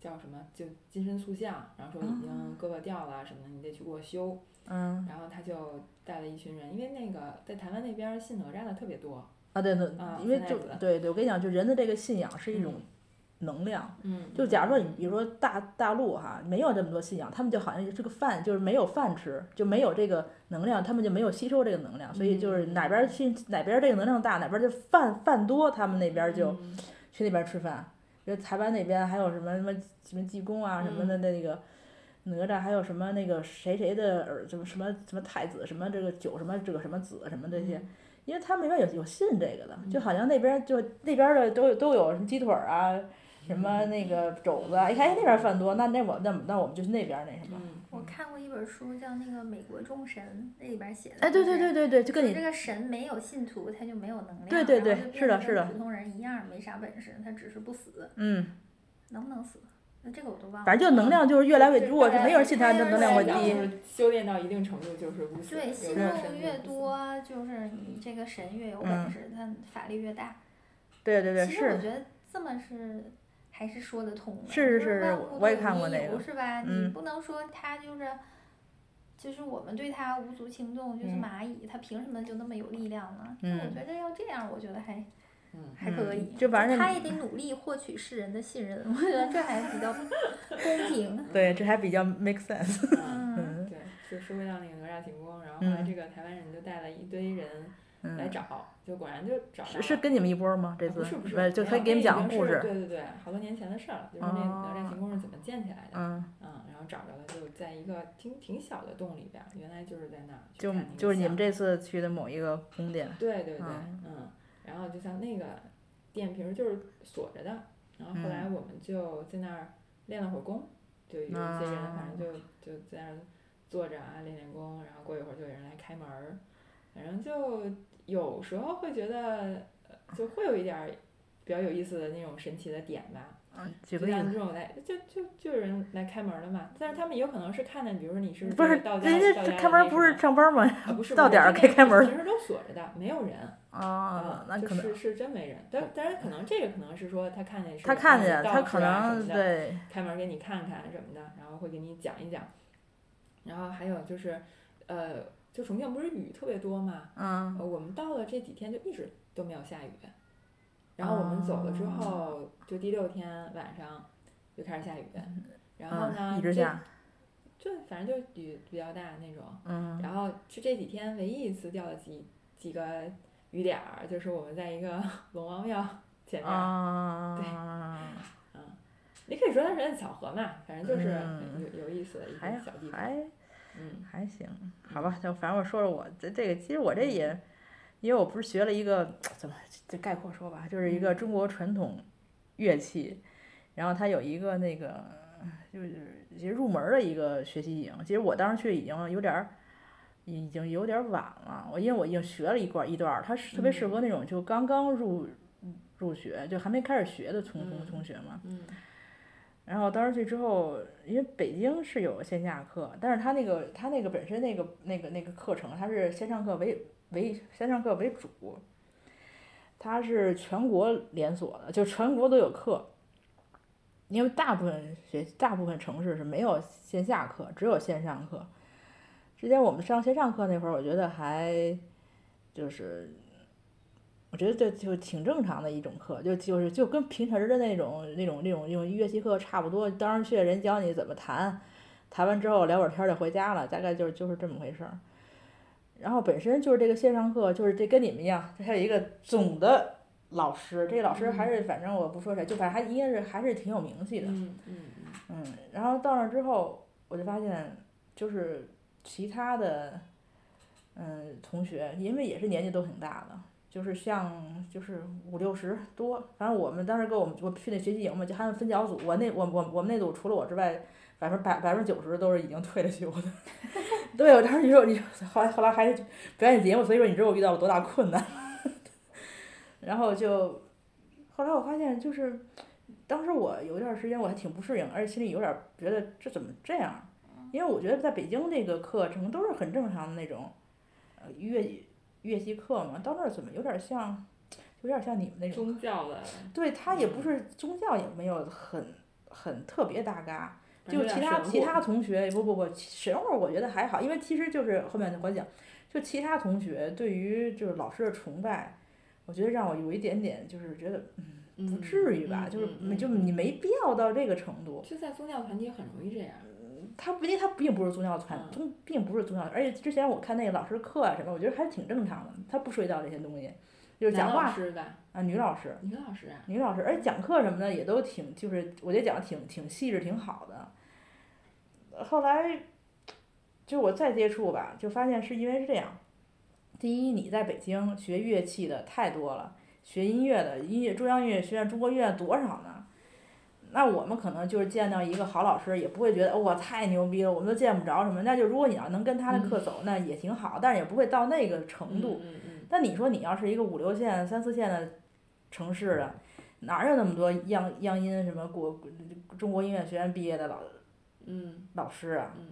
Speaker 2: 叫什么，就金身塑像，然后说已
Speaker 1: 哦
Speaker 2: 经胳膊掉了什么的，你得去给我修。
Speaker 1: 嗯
Speaker 2: 然后他就带了一群人，因为那个在台湾那边儿信哪吒的特别多，
Speaker 1: 啊对对
Speaker 2: 啊，
Speaker 1: 因为
Speaker 2: 现在
Speaker 1: 就
Speaker 2: 不
Speaker 1: 对对，我跟你讲，就人的这个信仰是一种
Speaker 2: 嗯
Speaker 1: 能量。
Speaker 2: 嗯
Speaker 1: 就假如说你比如说大大陆哈，没有这么多信仰，他们就好像这个饭就是没有饭吃，就没有这个能量，他们就没有吸收这个能量，所以就是
Speaker 2: 嗯
Speaker 1: 哪边儿信哪边儿这个能量大，哪边儿就饭饭多，他们那边儿就。
Speaker 2: 嗯
Speaker 1: 去那边吃饭。比如台湾那边还有什么什么什么济公啊什么
Speaker 3: 嗯
Speaker 1: 的那个哪吒，还有什么那个谁谁的儿什么什么什么太子什么这个九什么这个什么子什么这些，
Speaker 3: 嗯
Speaker 1: 因为他们那边有有信这个的，就好像那边就那边的都有都有什么鸡腿儿啊，什么
Speaker 3: 嗯
Speaker 1: 那个肘子啊，一看哎那边饭多，那那我那那我们就去那边那什么。
Speaker 2: 嗯
Speaker 3: 我看过一本书叫那个《美国众神》，那里边写的。
Speaker 1: 哎，对对。对对对，就
Speaker 3: 就
Speaker 1: 跟
Speaker 3: 是
Speaker 1: 你
Speaker 3: 这个神没有信徒，他就没有能量，
Speaker 1: 对对对
Speaker 3: 然后就是
Speaker 1: 的
Speaker 3: 变得
Speaker 1: 是的
Speaker 3: 跟普通人一样没啥本事，他只是不死，
Speaker 1: 嗯，
Speaker 3: 能不能死？那这个我都忘了。
Speaker 1: 反正就能量就是越来越，
Speaker 2: 对
Speaker 1: 如果是没有人信他，
Speaker 3: 嗯对
Speaker 1: 那能量会
Speaker 3: 对
Speaker 2: 然后
Speaker 1: 低
Speaker 2: 就。是修炼到一定程度就是无
Speaker 3: 对，
Speaker 2: 有
Speaker 3: 信
Speaker 2: 这
Speaker 1: 种
Speaker 2: 种
Speaker 3: 众
Speaker 2: 神
Speaker 3: 越
Speaker 2: 力
Speaker 3: 多，就是你这个神越有
Speaker 1: 嗯
Speaker 3: 本事，他法力越大。
Speaker 1: 对对对，
Speaker 3: 其实我
Speaker 1: 是
Speaker 3: 觉得这么是还是说得通的。
Speaker 1: 是是
Speaker 3: 就是万
Speaker 1: 我
Speaker 3: 物
Speaker 1: 我也
Speaker 3: 有
Speaker 1: 看过
Speaker 3: 因
Speaker 1: 那
Speaker 3: 由
Speaker 1: 个
Speaker 3: 是吧？你
Speaker 1: 嗯
Speaker 3: 不能说他就是。就是我们对他无足轻重，就是
Speaker 2: 嗯
Speaker 3: 蚂蚁，它凭什么就那么有力量呢？那我
Speaker 1: 嗯
Speaker 3: 觉得要这样，我觉得还
Speaker 2: 嗯
Speaker 3: 还可以。
Speaker 1: 嗯就反正那
Speaker 3: 他也得努力获取世人的信任，我觉得这还比较 公平。
Speaker 1: 对，这还比较 make sense。
Speaker 2: 嗯
Speaker 3: 嗯，
Speaker 2: 对，就说回到那个哪吒行宫，然后后来
Speaker 1: 嗯
Speaker 2: 这个台湾人就带了一堆人
Speaker 1: 嗯
Speaker 3: 哎
Speaker 2: 来。找，就果然就找到
Speaker 1: 是
Speaker 2: 了。
Speaker 1: 是跟你们一波吗？这
Speaker 2: 啊
Speaker 1: 次、
Speaker 2: 不是不是，
Speaker 1: 就
Speaker 2: 没
Speaker 1: 他
Speaker 2: 有
Speaker 1: 给你们
Speaker 2: 这已
Speaker 1: 讲的
Speaker 2: 经
Speaker 1: 故
Speaker 2: 是
Speaker 1: 事，哦
Speaker 2: 对对对，好多年前的事儿了，就是那哪吒行宫是怎么建起来的，
Speaker 1: 嗯，
Speaker 2: 嗯，然后找着了，就在一个挺挺小的洞里边儿，原来就是在那儿去
Speaker 1: 就
Speaker 2: 看那个
Speaker 1: 就是你们
Speaker 2: 像
Speaker 1: 这次去的某一个宫殿，
Speaker 2: 对对对，
Speaker 1: 嗯
Speaker 2: 嗯，然后就像那个
Speaker 1: 嗯
Speaker 2: 店平时就是锁着的，然后后来我们就在那儿练了会儿功，就有一些人
Speaker 1: 啊
Speaker 2: 反正就就在那儿坐着啊练练功，然后过一会儿就有人来开门儿，反正就有时候会觉得呃就会有一点儿比较有意思的那种神奇的点吧。
Speaker 1: 嗯，举
Speaker 2: 就
Speaker 1: 个例
Speaker 2: 像
Speaker 1: 子，
Speaker 2: 这种来，就就就有人来开门了嘛。但是他们也有可能是看见，比如说你是
Speaker 1: 不是
Speaker 2: 到家
Speaker 1: 人
Speaker 2: 到
Speaker 1: 家
Speaker 2: 家
Speaker 1: 这
Speaker 2: 的
Speaker 1: 开门
Speaker 2: 那
Speaker 1: 不
Speaker 2: 什
Speaker 1: 是
Speaker 2: 么
Speaker 1: 上班吗？
Speaker 2: 啊不是
Speaker 1: 到
Speaker 2: 不是
Speaker 1: 点儿
Speaker 2: 这
Speaker 1: 该
Speaker 2: 个
Speaker 1: 开
Speaker 2: 是
Speaker 1: 门
Speaker 2: 平时都锁着的，没有人。
Speaker 1: 啊，那
Speaker 2: 嗯就
Speaker 1: 可能
Speaker 2: 是是真没人。但但是可能这个可能是说他看见是
Speaker 1: 他
Speaker 2: 有
Speaker 1: 看
Speaker 2: 人
Speaker 1: 见，
Speaker 2: 道
Speaker 1: 他
Speaker 2: 士
Speaker 1: 可
Speaker 2: 啊什
Speaker 1: 能
Speaker 2: 么的
Speaker 1: 对，
Speaker 2: 开门给你看看什么的，然后会给你讲一讲。然后还有就是，呃，就重庆不是雨特别多嘛，
Speaker 1: 嗯
Speaker 2: 呃，我们到了这几天就一直都没有下雨，然后我们走了
Speaker 1: 哦
Speaker 2: 之后，就第六天晚上就开始下雨，然后呢，
Speaker 1: 嗯，一直
Speaker 2: 这
Speaker 1: 下，
Speaker 2: 就反正就雨比较大那种，
Speaker 1: 嗯
Speaker 2: 然后是这几天唯一一次掉了几几个雨点儿，就是我们在一个龙王庙前面，
Speaker 1: 啊，
Speaker 2: 你可以说它是摁巧合嘛，反正就是
Speaker 1: 嗯
Speaker 2: 有有意思的一
Speaker 1: 还
Speaker 2: 个小地方，
Speaker 1: 还
Speaker 2: 嗯。
Speaker 1: 还行，好吧，就反正我说说我这这个，其实我这也，因为我不是学了一个怎么这概括说吧，就是一个中国传统乐器，然后它有一个那个就是其实入门儿的一个学习营，其实我当时去已经有点儿。已经有点儿晚了，我因为我已经学了一段一段儿，它是特别适合那种就刚刚入入学，就还没开始学的同同
Speaker 2: 嗯
Speaker 1: 同学嘛。
Speaker 2: 嗯
Speaker 1: 然后当时去之后，因为北京是有线下课，但是他那个他那个本身那个那个那个课程，他是线上课为为线上课为主，它是全国连锁的，就全国都有课。因为大部分学大部分城市是没有线下课，只有线上课。之前我们上线上课那会儿，我觉得还就是我觉得这就挺正常的一种课，就就是就跟平时的那种那种那种那种乐器课差不多。当时去人教你怎么弹，弹完之后聊会儿天儿就回家了，大概就是就是这么回事儿。然后本身就是这个线上课，就是这跟你们一样，这还有一个总的老师，这个老师还是反正我不说谁，就反正他应该是还是挺有名气的。
Speaker 2: 嗯嗯
Speaker 1: 嗯，然后到那儿之后，我就发现就是其他的，嗯，同学，因为也是年纪都挺大的，就是像就是五六十多，反正我们当时跟我们我去那学习营嘛，就他们分小组，我那我我我们那组除了我之外，百分百百分之九十都是已经退了休的。对，我当时你说你后来后来还表演节目，所以说你知道我遇到了多大困难。 然后就后来我发现就是。当时我有一段时间我还挺不适应，而且心里有点儿觉得这怎么这样儿？因为我觉得在北京这个课程都是很正常的那种，呃，乐乐器课嘛，到那儿怎么有点儿像，有点儿像你们那
Speaker 2: 嗯，
Speaker 1: 种？
Speaker 2: 宗教的，
Speaker 1: 对，它也不是宗教，也没有很很特别大嘎，就
Speaker 2: 反正有
Speaker 1: 其他
Speaker 2: 点神
Speaker 1: 其
Speaker 2: 乎
Speaker 1: 他同学，不不不，神话我觉得还好，因为其实就是后面我讲，就其他同学对于就是老师的崇拜，我觉得让我有一点点就是觉得不
Speaker 2: 嗯
Speaker 1: 至于吧，
Speaker 2: 嗯
Speaker 1: 就是
Speaker 2: 嗯
Speaker 1: 没
Speaker 2: 嗯
Speaker 1: 就你没必要到这个程度。
Speaker 2: 就在宗教团体很容易这样，
Speaker 1: 他不，因为他并不是宗教团
Speaker 2: 嗯，
Speaker 1: 宗并不是宗教，而且之前我看那个老师课啊什么，我觉得还挺正常的，他不涉及到这些东西，就是
Speaker 2: 男
Speaker 1: 讲
Speaker 2: 老
Speaker 1: 话
Speaker 2: 师吧，
Speaker 1: 啊，女老师，
Speaker 2: 女老师啊，
Speaker 1: 女老师，而且讲课什么的也都挺，就是我觉得讲的挺挺细致，挺好的。呃后来，就我再接触吧，就发现是因为是这样：第一，你在北京学乐器的太多了，学音乐的音乐中央音乐学院、中国乐院多少呢？那我们可能就是见到一个好老师，也不会觉得哦我太牛逼了，我们都见不着什么。那就如果你要能跟他的课走，那也挺好，但是也不会到那个程度。
Speaker 2: 嗯嗯
Speaker 1: 但你说你要是一个五六线、三四线的城市的，哪儿有那么多样样音什么国中国音乐学院毕业的老
Speaker 2: 嗯
Speaker 1: 老师啊？
Speaker 2: 嗯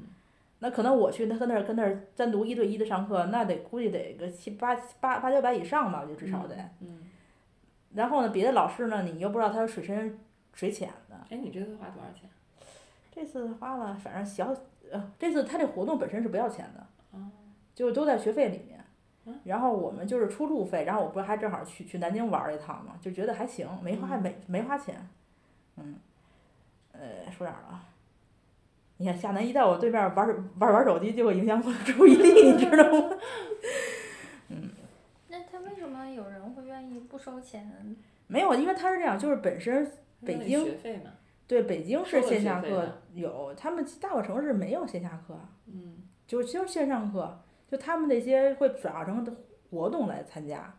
Speaker 1: 那可能我去那跟那儿跟那儿单独一对一的上课，那得估计得个七八八八九百以上吧，我就至少得。
Speaker 2: 嗯，
Speaker 1: 然后呢，别的老师呢，你又不知道他是水深水浅的。
Speaker 2: 哎，你这次花多少钱？
Speaker 1: 这次花了，反正小呃，这次他这活动本身是不要钱的，
Speaker 2: 哦
Speaker 1: 就是都在学费里面
Speaker 2: 嗯。
Speaker 1: 然后我们就是出路费，然后我不是还正好去去南京玩儿了一趟嘛，就觉得还行，没花
Speaker 2: 嗯
Speaker 1: 没没花钱，嗯，呃，说哪儿了？你看夏楠一在我对面玩儿玩儿玩儿手机，就会影响我的注意力，你知道吗？
Speaker 3: 那他为什么有人会愿意不收钱？
Speaker 1: 没有，因为他是这样，就是本身
Speaker 2: 他
Speaker 1: 北
Speaker 2: 收你
Speaker 1: 京
Speaker 2: 学费嘛，
Speaker 1: 对北京是
Speaker 2: 收了
Speaker 1: 线
Speaker 2: 学
Speaker 1: 下
Speaker 2: 费
Speaker 1: 课
Speaker 2: 的
Speaker 1: 有，他们大部分城市没有线下课啊。
Speaker 2: 嗯
Speaker 1: 就就是线上课，就他们那些会转化成活动来参加，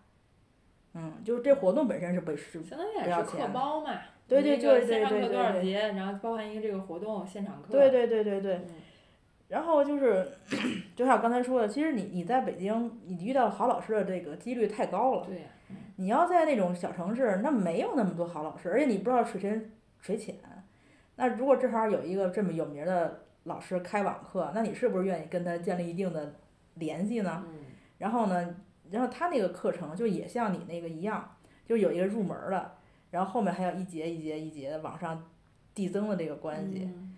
Speaker 1: 嗯，就是这活动本身是不是
Speaker 2: 相当于也
Speaker 1: 不要
Speaker 2: 是
Speaker 1: 钱
Speaker 2: 课包嘛，
Speaker 1: 对
Speaker 2: 你
Speaker 1: 对
Speaker 2: 这
Speaker 1: 对对
Speaker 2: 个线上
Speaker 1: 对
Speaker 2: 课
Speaker 1: 对
Speaker 2: 多少
Speaker 1: 对，
Speaker 2: 节，然后包含一个这个活动现场课。
Speaker 1: 对对对对对。
Speaker 2: 嗯
Speaker 1: 然后就是， 就像我刚才说的，其实你你在北京，你遇到好老师的这个几率太高了。
Speaker 2: 对呀，嗯
Speaker 1: 你要在那种小城市，那没有那么多好老师，而且你不知道水深水浅。那如果正好有一个这么有名的老师开网课，那你是不是愿意跟他建立一定的联系呢？
Speaker 2: 嗯
Speaker 1: 然后呢，然后他那个课程就也像你那个一样，就有一个入门儿的，然后后面还有一节一节一节的往上递增的这个关系。
Speaker 2: 嗯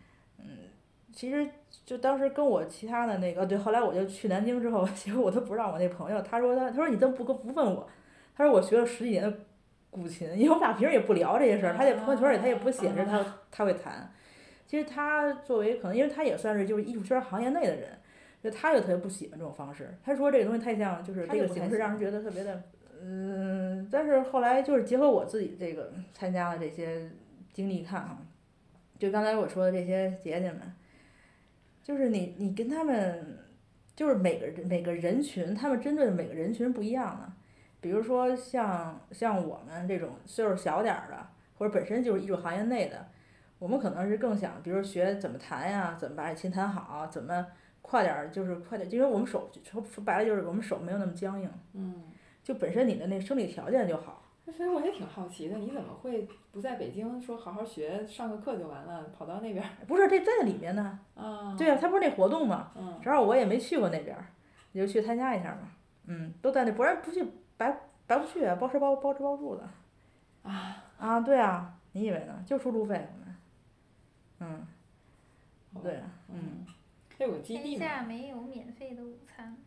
Speaker 1: 其实就当时跟我其他的那个，对，后来我就去南京之后， 结果我都不让我那朋友，他说他他说你怎么不跟不问我？他说我学了十几年的古琴，因为我们俩平时也不聊这些事啊儿，他在朋友圈里他也不
Speaker 2: 嗯
Speaker 1: 显示他他会弹。其实他作为可能，因为他也算是就是艺术圈行业内的人，就他就特别不喜欢这种方式。他说这个东西太像就是
Speaker 2: 他
Speaker 1: 这个
Speaker 2: 就不太
Speaker 1: 形式
Speaker 2: 喜
Speaker 1: 让人
Speaker 2: 欢
Speaker 1: 觉得特别的，嗯，但是后来就是结合我自己这个参加了这些经历看啊，就刚才我说的这些姐姐们，就是你你跟他们，就是每个人每个人群，他们针对的每个人群不一样呢。比如说像像我们这种岁数小点儿的，或者本身就是艺术行业内的，我们可能是更想，比如学怎么弹呀，怎么把这琴弹好，怎么快点儿，就是快点儿，因为我们手说说白了就是我们手没有那么僵硬，
Speaker 2: 嗯，
Speaker 1: 就本身你的那生理条件就好。
Speaker 2: 那所以我也挺好奇的，你怎么会不在北京说好好学，上个课就完了，跑到那边儿
Speaker 1: 不是这在那里面呢，
Speaker 2: 啊？
Speaker 1: 对啊，他不是那活动吗？
Speaker 2: 嗯，
Speaker 1: 正好我也没去过那边儿，你就去参加一下嘛。嗯，都在那，不然不去白白不去啊，包吃包包吃包住的。
Speaker 2: 啊，
Speaker 1: 啊，对啊，你以为呢？就出路费我们。嗯，
Speaker 2: 好吧
Speaker 1: 对，啊，嗯
Speaker 2: 嗯，这有基地
Speaker 3: 天
Speaker 2: 嘛？
Speaker 3: 下没有免费的午餐。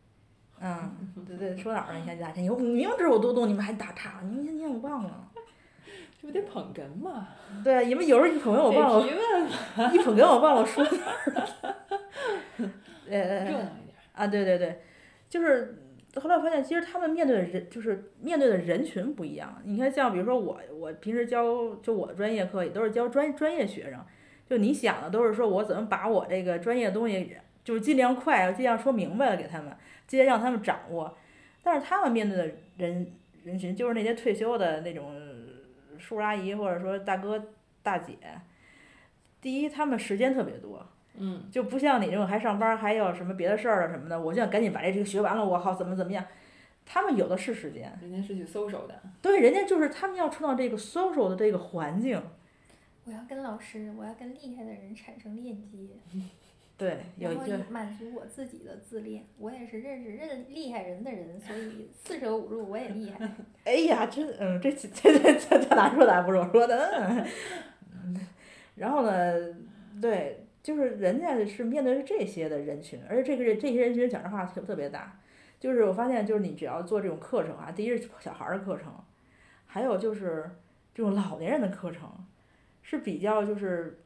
Speaker 1: 嗯，对对，说哪儿了？你看打岔，你说明明知道我多动，你们还打岔，你你你我忘了。
Speaker 2: 这不得捧哏 嘛？
Speaker 1: 对，你们有时候一捧哏我
Speaker 2: 得
Speaker 1: 忘了，
Speaker 2: 提问
Speaker 1: 一捧哏我忘了 说哪儿了。呃呃呃
Speaker 2: 热闹一点儿。
Speaker 1: 啊，对对对，就是后来我发现，其实他们面对的人，就是面对的人群不一样。你看，像比如说我，我平时教就我专业课也都是教专专业学生，就你想的都是说我怎么把我这个专业的东西，就是尽量快，尽量说明白了给他们，尽量让他们掌握。但是他们面对的人人群，就是那些退休的那种叔叔阿姨，或者说大哥大姐。第一，他们时间特别多，
Speaker 2: 嗯，
Speaker 1: 就不像你这种还上班儿还有什么别的事儿啊什么的，我就想赶紧把这这个学完了，我好怎么怎么样。他们有的是时间，
Speaker 2: 人家是去搜手的。
Speaker 1: 对，人家就是他们要创造这个 social 的这个环境，
Speaker 3: 我要跟老师，我要跟厉害的人产生链接，
Speaker 1: 对，有
Speaker 3: 然后
Speaker 1: 就
Speaker 3: 以满足我自己的自恋。我也是认识认厉害人的人，所以四舍五入我也厉害。
Speaker 1: 哎呀，这嗯，这这这这这哪说哪不是我说的，嗯，然后呢，对，就是人家是面对是这些的人群，而且这个人这些人群讲实话特特别大，就是我发现就是你只要做这种课程啊，第一是小孩儿的课程，还有就是这种老年人的课程，是比较就是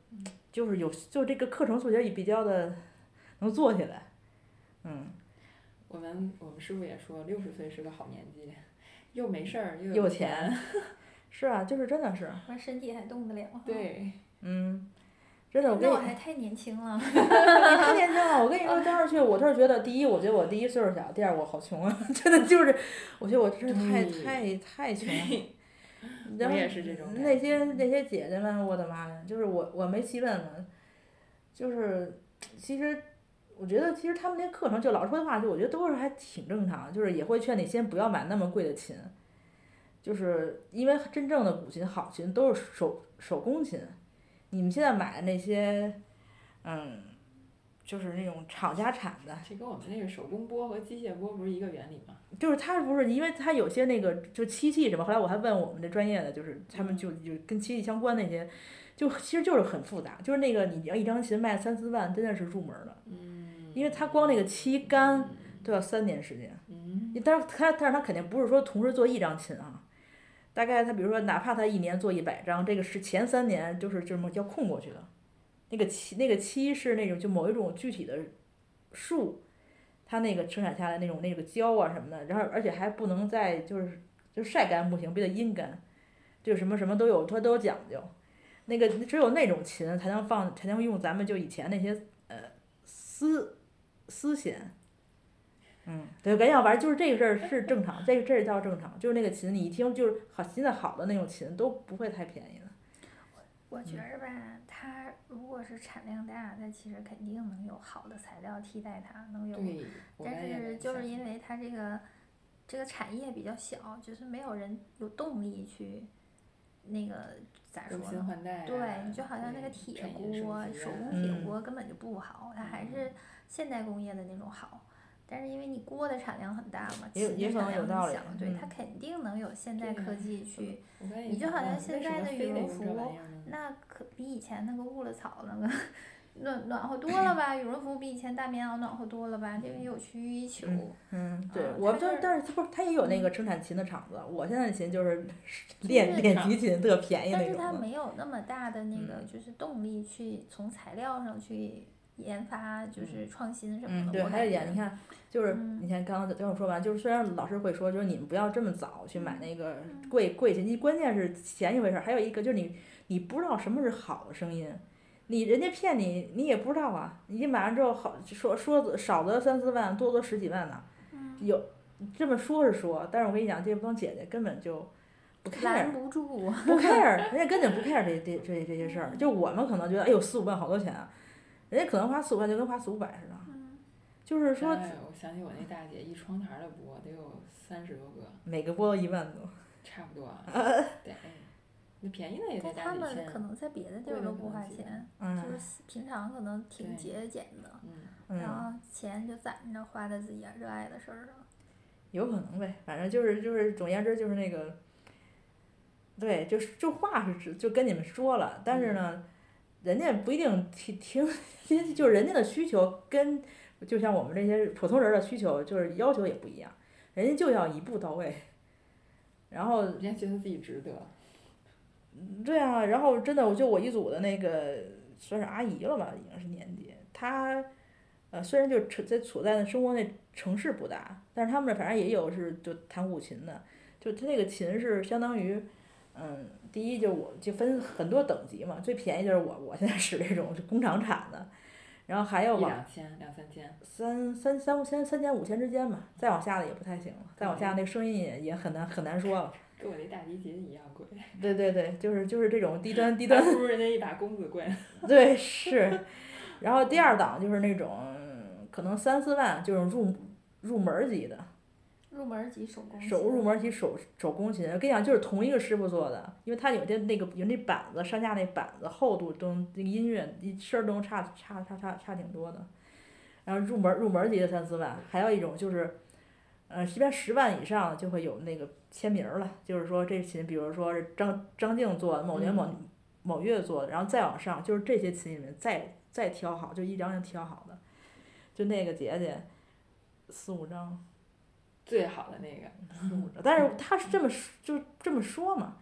Speaker 1: 就是有就这个课程做起来也比较的能做起来，嗯，
Speaker 2: 我们我们师傅也说，六十岁是个好年纪，又没事儿又
Speaker 1: 有
Speaker 2: 钱。
Speaker 1: 是啊，就是真的是，
Speaker 3: 我身体还动 得了。，
Speaker 2: 对，
Speaker 1: 嗯，真的我跟
Speaker 3: 那
Speaker 1: 你
Speaker 3: 我还太年轻 了。
Speaker 1: 你太年轻了，我跟你说，当时去，我这是觉得，第一，我觉得我第一岁数小，第二，我好穷啊， 真的就是，我觉得我真是太太太穷了。然后
Speaker 2: 嗯我也是这种感觉
Speaker 1: 那些那些姐姐们，我的妈呀，就是我我没细问问，就是其实我觉得其实他们那课程就老说的话，就我觉得都是还挺正常，就是也会劝你先不要买那么贵的琴，就是因为真正的古琴好琴都是手手工琴，你们现在买的那些，嗯，就是那种厂家产的，
Speaker 2: 这跟我们那个手工拨和机械拨不是一个原理吗？
Speaker 1: 就是它不是，因为它有些那个就漆器什么，后来我还问我们这专业的，就是他们就就跟漆器相关那些，就其实就是很复杂，就是那个你要一张琴卖三四万，真的是入门儿的，
Speaker 2: 嗯，
Speaker 1: 因为它光那个漆干都要三年时间，
Speaker 2: 嗯，
Speaker 1: 但是它但是它肯定不是说同时做一张琴啊。大概他比如说，哪怕他一年做一百张，这个是前三年就是这么要空过去的。那个漆那个漆是那种就某一种具体的树，它那个生产下来那种那个胶啊什么的，然后而且还不能再就是就晒干不行，必须得阴干，就什么什么都有它都有讲究。那个只有那种琴才能放才能用咱们就以前那些呃丝丝弦。嗯，对，感觉反正就是这个事儿是正常，这个这儿叫正常，就是那个琴，你一听就是好，现在好的那种琴都不会太便宜的。
Speaker 3: 我觉着吧，它如果是产量大，它其实肯定能有好的材料替代它，能有。
Speaker 2: 对，我刚才
Speaker 3: 但
Speaker 2: 也
Speaker 3: 是就是
Speaker 2: 想
Speaker 3: 因为它这个这个产业比较小，就是没有人有动力去那个咋说
Speaker 2: 更新
Speaker 3: 呢？
Speaker 2: 换代啊、
Speaker 3: 对，你就好像那
Speaker 2: 对
Speaker 3: 个铁
Speaker 2: 产业升
Speaker 3: 锅，
Speaker 2: 级
Speaker 3: 手
Speaker 2: 啊
Speaker 3: 工铁
Speaker 1: 嗯
Speaker 3: 锅根本就不好，它还是现代工业的那种好。但是因为你锅的产量很大嘛，
Speaker 1: 也有
Speaker 3: 琴
Speaker 1: 也
Speaker 3: 的
Speaker 1: 可
Speaker 3: 产
Speaker 1: 能有
Speaker 3: 量
Speaker 1: 道
Speaker 3: 很
Speaker 1: 理
Speaker 3: 小，对，它
Speaker 1: 嗯
Speaker 3: 肯定能有现代
Speaker 2: 对
Speaker 3: 科
Speaker 2: 呀
Speaker 3: 技去。
Speaker 2: 我刚才也
Speaker 3: 你就
Speaker 2: 想
Speaker 3: 好像
Speaker 2: 问
Speaker 3: 现
Speaker 2: 为什
Speaker 3: 在
Speaker 2: 么
Speaker 3: 的
Speaker 2: 非
Speaker 3: 羽
Speaker 2: 得
Speaker 3: 绒
Speaker 2: 用这
Speaker 3: 服
Speaker 2: 玩意儿呢
Speaker 3: 那可比以前那个误了草那个暖暖和多了吧？羽绒服比以前大棉袄暖和多了吧？因为有去羽衣球，
Speaker 1: 嗯，对
Speaker 3: 啊，
Speaker 1: 我
Speaker 3: 它
Speaker 1: 但
Speaker 3: 是
Speaker 1: 但是不是它也有那个生产琴的厂子，我现在的琴就是
Speaker 3: 是
Speaker 1: 练
Speaker 3: 那
Speaker 1: 练
Speaker 2: 种
Speaker 1: 提琴特便宜
Speaker 3: 但
Speaker 1: 那
Speaker 3: 是它
Speaker 1: 种的，嗯
Speaker 3: 没有那么大的那个就是动力去从材料上去研发，就是创新什么
Speaker 1: 嗯，
Speaker 3: 的。
Speaker 1: 对，
Speaker 3: 我
Speaker 1: 还有一
Speaker 3: 感
Speaker 1: 点，
Speaker 3: 觉
Speaker 1: 你看，就是
Speaker 3: 嗯
Speaker 1: 你看刚刚刚我说完，就是虽然老师会说，就是你们不要这么早去买
Speaker 3: 嗯
Speaker 1: 那个
Speaker 3: 嗯
Speaker 1: 贵贵琴，你关键是钱一回事儿，还有一个就是你你不知道什么是好的声音，你人家骗你，你也不知道啊，你买完之后好说说少则三四万，多则十几万呢、
Speaker 3: 嗯，
Speaker 1: 有这么说是说，但是我跟你讲，这帮姐姐根本就不 care
Speaker 3: 拦。不住。
Speaker 1: 不 care，人家根本不 care 这这这这些事儿。就我们可能觉得，哎呦，四五万好多钱啊，人家可能花四五万就跟花四五百似的。
Speaker 3: 嗯
Speaker 1: 就是说，
Speaker 2: 哎我想起我那大姐一窗台儿的播得有三十多个，
Speaker 1: 每个播都一万多，
Speaker 2: 差不多 啊。对，那便宜的也得
Speaker 3: 但
Speaker 2: 大
Speaker 3: 他
Speaker 2: 几
Speaker 3: 们
Speaker 2: 千
Speaker 3: 可。能在别的地
Speaker 2: 贵
Speaker 3: 儿
Speaker 2: 的
Speaker 3: 都
Speaker 2: 可
Speaker 3: 不
Speaker 2: 能
Speaker 3: 花
Speaker 2: 几万
Speaker 3: 钱，就
Speaker 1: 嗯
Speaker 3: 是平常可能挺
Speaker 2: 对
Speaker 3: 节俭的，
Speaker 2: 嗯，
Speaker 1: 嗯，
Speaker 3: 然后钱就攒着花在自己热爱的事儿上。
Speaker 1: 有可能呗。反正就是就是，总而言之就是那个，对，就是就话是指就跟你们说了，但是
Speaker 3: 嗯
Speaker 1: 呢，人家不一定听听，就是人家的需求跟就像我们这些普通人的需求，就是要求也不一样，人家就要一步到位。然后
Speaker 2: 人家觉得自己值得。
Speaker 1: 对啊，然后真的，我就我一组的那个算是阿姨了吧，已经是年纪，她呃虽然就处在处在那生活那城市不大，但是他们反正也有是就弹古琴的，就她那个琴是相当于。嗯，第一就我就分很多等级嘛，最便宜就是我我现在使这种就工厂产的，然后还有
Speaker 2: 一
Speaker 1: 往
Speaker 2: 两千，两三千，
Speaker 1: 三三三千三千五千之间吧，再往下的也不太行了，再往
Speaker 2: 嗯
Speaker 1: 下那声音也也很难很难说了。
Speaker 2: 跟我那大迪姐一样贵，
Speaker 1: 对对对，就是就是这种低端低
Speaker 2: 还
Speaker 1: 端
Speaker 2: 不如人家一把公子贵。
Speaker 1: 对，是。然后第二档就是那种嗯可能三四万，就是入入门儿级的
Speaker 3: 入门级手工
Speaker 1: 手入门儿级手手工琴。我跟你讲，就是同一个师傅做的，因为他有的那个有那板子上下那板子厚度都那个音乐一声儿都能差差差差差挺多的。然后入门儿入门儿级的三四万，还有一种就是。呃，一般十万以上就会有那个签名儿了，就是说这琴，比如说是张张静做的，某年某、某月做的，然后再往上就是这些琴里面再再挑好，就一张张挑好的，就那个姐姐四五张，
Speaker 2: 最好的 那个，
Speaker 1: 四五张，但是她是这么说就这么说嘛，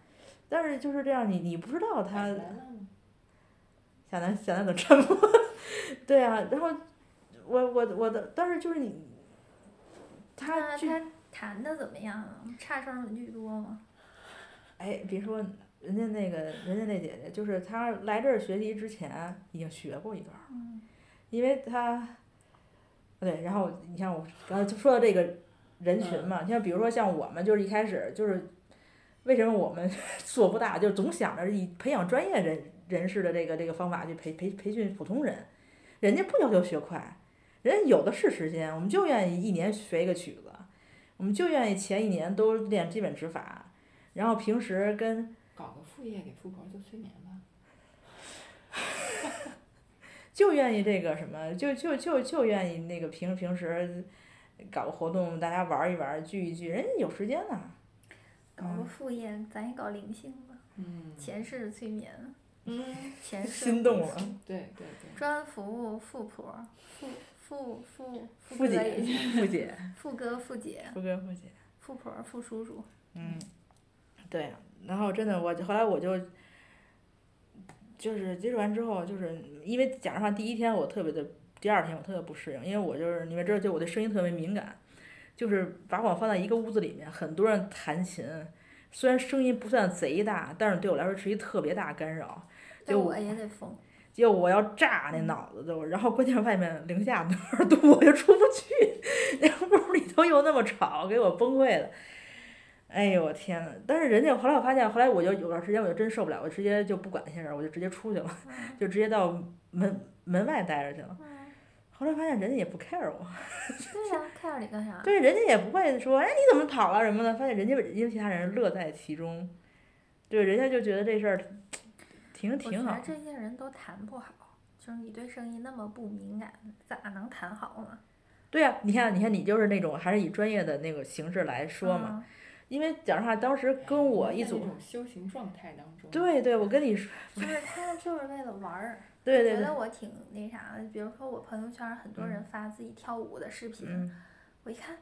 Speaker 1: 但是就是这样，你你不知道她
Speaker 2: 买来了吗
Speaker 1: 小南小南怎么沉默？ 对啊，然后我我我的，但是就是你，她
Speaker 3: 那
Speaker 1: 就
Speaker 3: 他弹的怎么样啊？差生文具多吗？
Speaker 1: 哎，别说人家那个人家那姐姐，就是她来这儿学习之前已经学过一段儿。
Speaker 3: 嗯，
Speaker 1: 因为他，对，然后你像我刚才就说到这个人群嘛，你像比如说像我们，就是一开始就是为什么我们做不大，就是总想着以培养专业人人士的这个这个方法去培培培训普通人，人家不要求学快，人家有的是时间，我们就愿意一年学一个曲子，我们就愿意前一年都练基本指法，然后平时跟
Speaker 2: 搞个副业给富婆做催眠吧。
Speaker 1: 就愿意这个什么，就就就就愿意那个平平时搞个活动，大家玩儿一玩儿，聚一聚，人家有时间呐、
Speaker 3: 搞
Speaker 1: 嗯
Speaker 3: 个副业，咱也搞灵性吧。
Speaker 2: 嗯，
Speaker 3: 前世催眠，
Speaker 1: 嗯，
Speaker 3: 前世
Speaker 1: 心动了。
Speaker 2: 对对对，
Speaker 3: 专服务富婆，富富富
Speaker 1: 富
Speaker 3: 哥
Speaker 1: 姐嗯
Speaker 3: 也，
Speaker 1: 富姐，
Speaker 3: 富哥、富姐、
Speaker 1: 富哥，富姐，
Speaker 3: 富婆、富叔叔。
Speaker 1: 嗯，对啊。然后真的，我后来我就就是接触完之后，就是因为讲实话，第一天我特别的，第二天我特别不适应，因为我就是你们知道，就我对声音特别敏感，就是把我放在一个屋子里面，很多人弹琴，虽然声音不算贼大，但是对我来说是一特别大干扰。
Speaker 3: 但
Speaker 1: 就
Speaker 3: 我也得疯，
Speaker 1: 结果我要炸
Speaker 3: 嗯
Speaker 1: 那脑子都，然后关键外面零下多少度，我就出不去，那屋里头又那么吵，给我崩溃的。哎呦我天呐，但是人家后来我发现，后来我就有段时间我就真受不了，我直接就不管那些人，我就直接出去了，
Speaker 3: 嗯
Speaker 1: 就直接到门门外待着去了。后来发现人家也不 care 我，
Speaker 3: 对呀、看着你干啥？
Speaker 1: 对，人家也不会说，哎，你怎么跑了什么的。发现人家人家其他人乐在其中，对，人家就觉得这事儿挺
Speaker 3: 我
Speaker 1: 挺
Speaker 3: 觉
Speaker 1: 好
Speaker 3: 得。这些人都弹不好，就是你对声音那么不敏感，咋能弹好呢？
Speaker 1: 对呀、你看，你看，你就是那种还是以专业的那个形式来说嘛，
Speaker 3: 嗯
Speaker 1: 因为讲实话，当时跟我一
Speaker 2: 在
Speaker 1: 组
Speaker 2: 这，种修行状态当中，
Speaker 1: 对对，我跟你说，
Speaker 3: 嗯就是他就是为了玩儿。
Speaker 1: 对
Speaker 3: 我
Speaker 1: 对
Speaker 3: 觉
Speaker 1: 对
Speaker 3: 得，我挺那啥的，比如说我朋友圈很多人发自己跳舞的视频，
Speaker 1: 嗯，
Speaker 3: 我一看，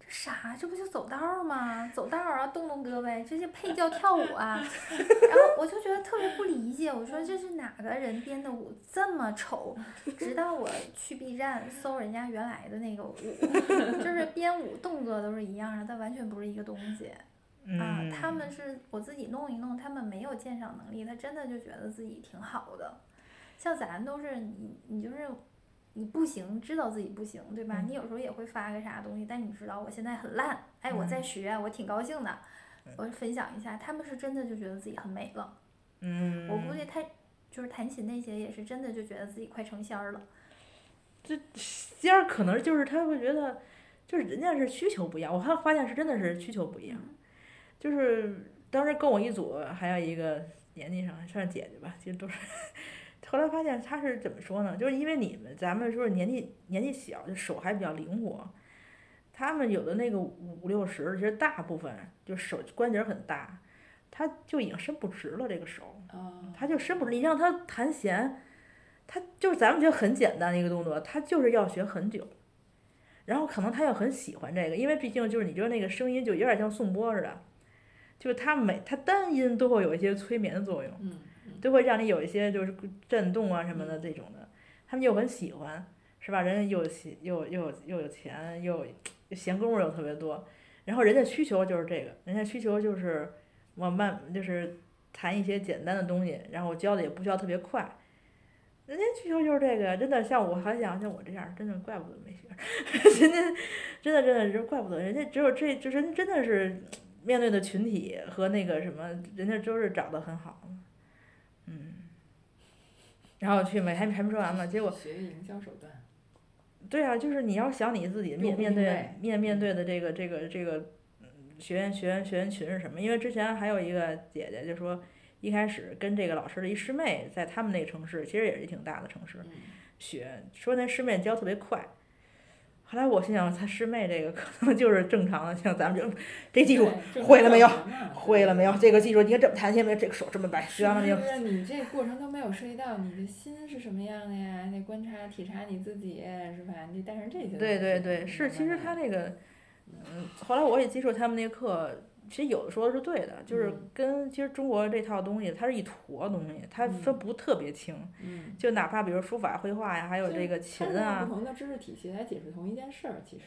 Speaker 3: 这啥？这不就走道儿吗？走道儿啊，动动胳膊，这些配叫跳舞啊。然后我就觉得特别不理解，我说这是哪个人编的舞这么丑？直到我去 B 站搜人家原来的那个舞， 就是编舞动作都是一样的，但完全不是一个东西。啊，
Speaker 1: 嗯，
Speaker 3: 他们是我自己弄一弄，他们没有鉴赏能力，他真的就觉得自己挺好的。像咱都是你，你就是你不行，知道自己不行，对吧？
Speaker 1: 嗯
Speaker 3: 你有时候也会发个啥东西，但你知道我现在很烂，哎，我
Speaker 1: 嗯
Speaker 3: 在学，我挺高兴的，我分享一下。他们是真的就觉得自己很美了，
Speaker 1: 嗯，
Speaker 3: 我估计他就是弹琴那些也是真的就觉得自己快成仙儿了。
Speaker 1: 这仙儿可能就是他会觉得，就是人家是需求不一样，我还发现是真的是需求不一样，就是当时跟我一组还有一个年纪上算是姐姐吧，其实都是，后来发现她是怎么说呢？就是因为你们咱们就是年纪年纪小，就手还比较灵活，他们有的那个五五六十，其实大部分就手关节很大，他就已经伸不直了这个手，
Speaker 2: 啊，
Speaker 1: 他就伸不直，你让他弹弦，他就是咱们觉得很简单的一个动作，他就是要学很久，然后可能他又很喜欢这个，因为毕竟就是你觉得那个声音就有点像颂钵似的，就是他每他单音都会有一些催眠的作用，
Speaker 2: 嗯嗯
Speaker 1: 都会让你有一些就是震动啊什么的这种的，他们又很喜欢，是吧？人家又有喜又又又有钱，又又闲工夫又特别多，然后人家需求就是这个，人家需求就是我慢就是弹一些简单的东西，然后我教的也不需要特别快。人家需求就是这个，真的像我还想像我这样，真的怪不得没学， 人家真的真的是怪不得人家只有这就是真的是面对的群体和那个什么，人家都是长得很好，嗯，然后去美还没还没说完呢，结果
Speaker 2: 学营销手段，
Speaker 1: 对啊，就是你要想你自己
Speaker 2: 用
Speaker 1: 面
Speaker 2: 户
Speaker 1: 面
Speaker 2: 定
Speaker 1: 对
Speaker 2: 位嗯
Speaker 1: 面面对的这个这个这个嗯学员学员学员群是什么？因为之前还有一个姐姐就说，一开始跟这个老师的一师妹在他们那个城市，其实也是一挺大的城市
Speaker 2: 嗯，
Speaker 1: 学，说那师妹教特别快。后来我心想，她师妹这个可能就是正常的，像咱们这这技术
Speaker 2: 对
Speaker 1: 会了没有？
Speaker 2: 正常嘛
Speaker 1: 会了没有？？这个技术你看这么弹琴没有？这个手这么摆，学完了没
Speaker 2: 是
Speaker 1: 有
Speaker 2: 不？是你这过程都没有涉及到你的心是什么样的呀？你得观察、体察你自己，是吧？你得带上这些东西。
Speaker 1: 对对对，
Speaker 2: 你
Speaker 1: 是，
Speaker 2: 慢
Speaker 1: 其实
Speaker 2: 慢
Speaker 1: 他
Speaker 2: 来
Speaker 1: 那个，嗯，后来我也接触他们那课，其实有的说的是对的，就是
Speaker 2: 嗯
Speaker 1: 跟其实中国这套东西，它是一坨东西，它分不特别清，
Speaker 2: 嗯，
Speaker 1: 就哪怕比如书法、绘画呀，还有
Speaker 2: 就
Speaker 1: 这
Speaker 2: 是
Speaker 1: 个
Speaker 2: 它
Speaker 1: 琴
Speaker 2: 是用
Speaker 1: 啊
Speaker 2: 不，同的知识体系来解释同一件事儿，其实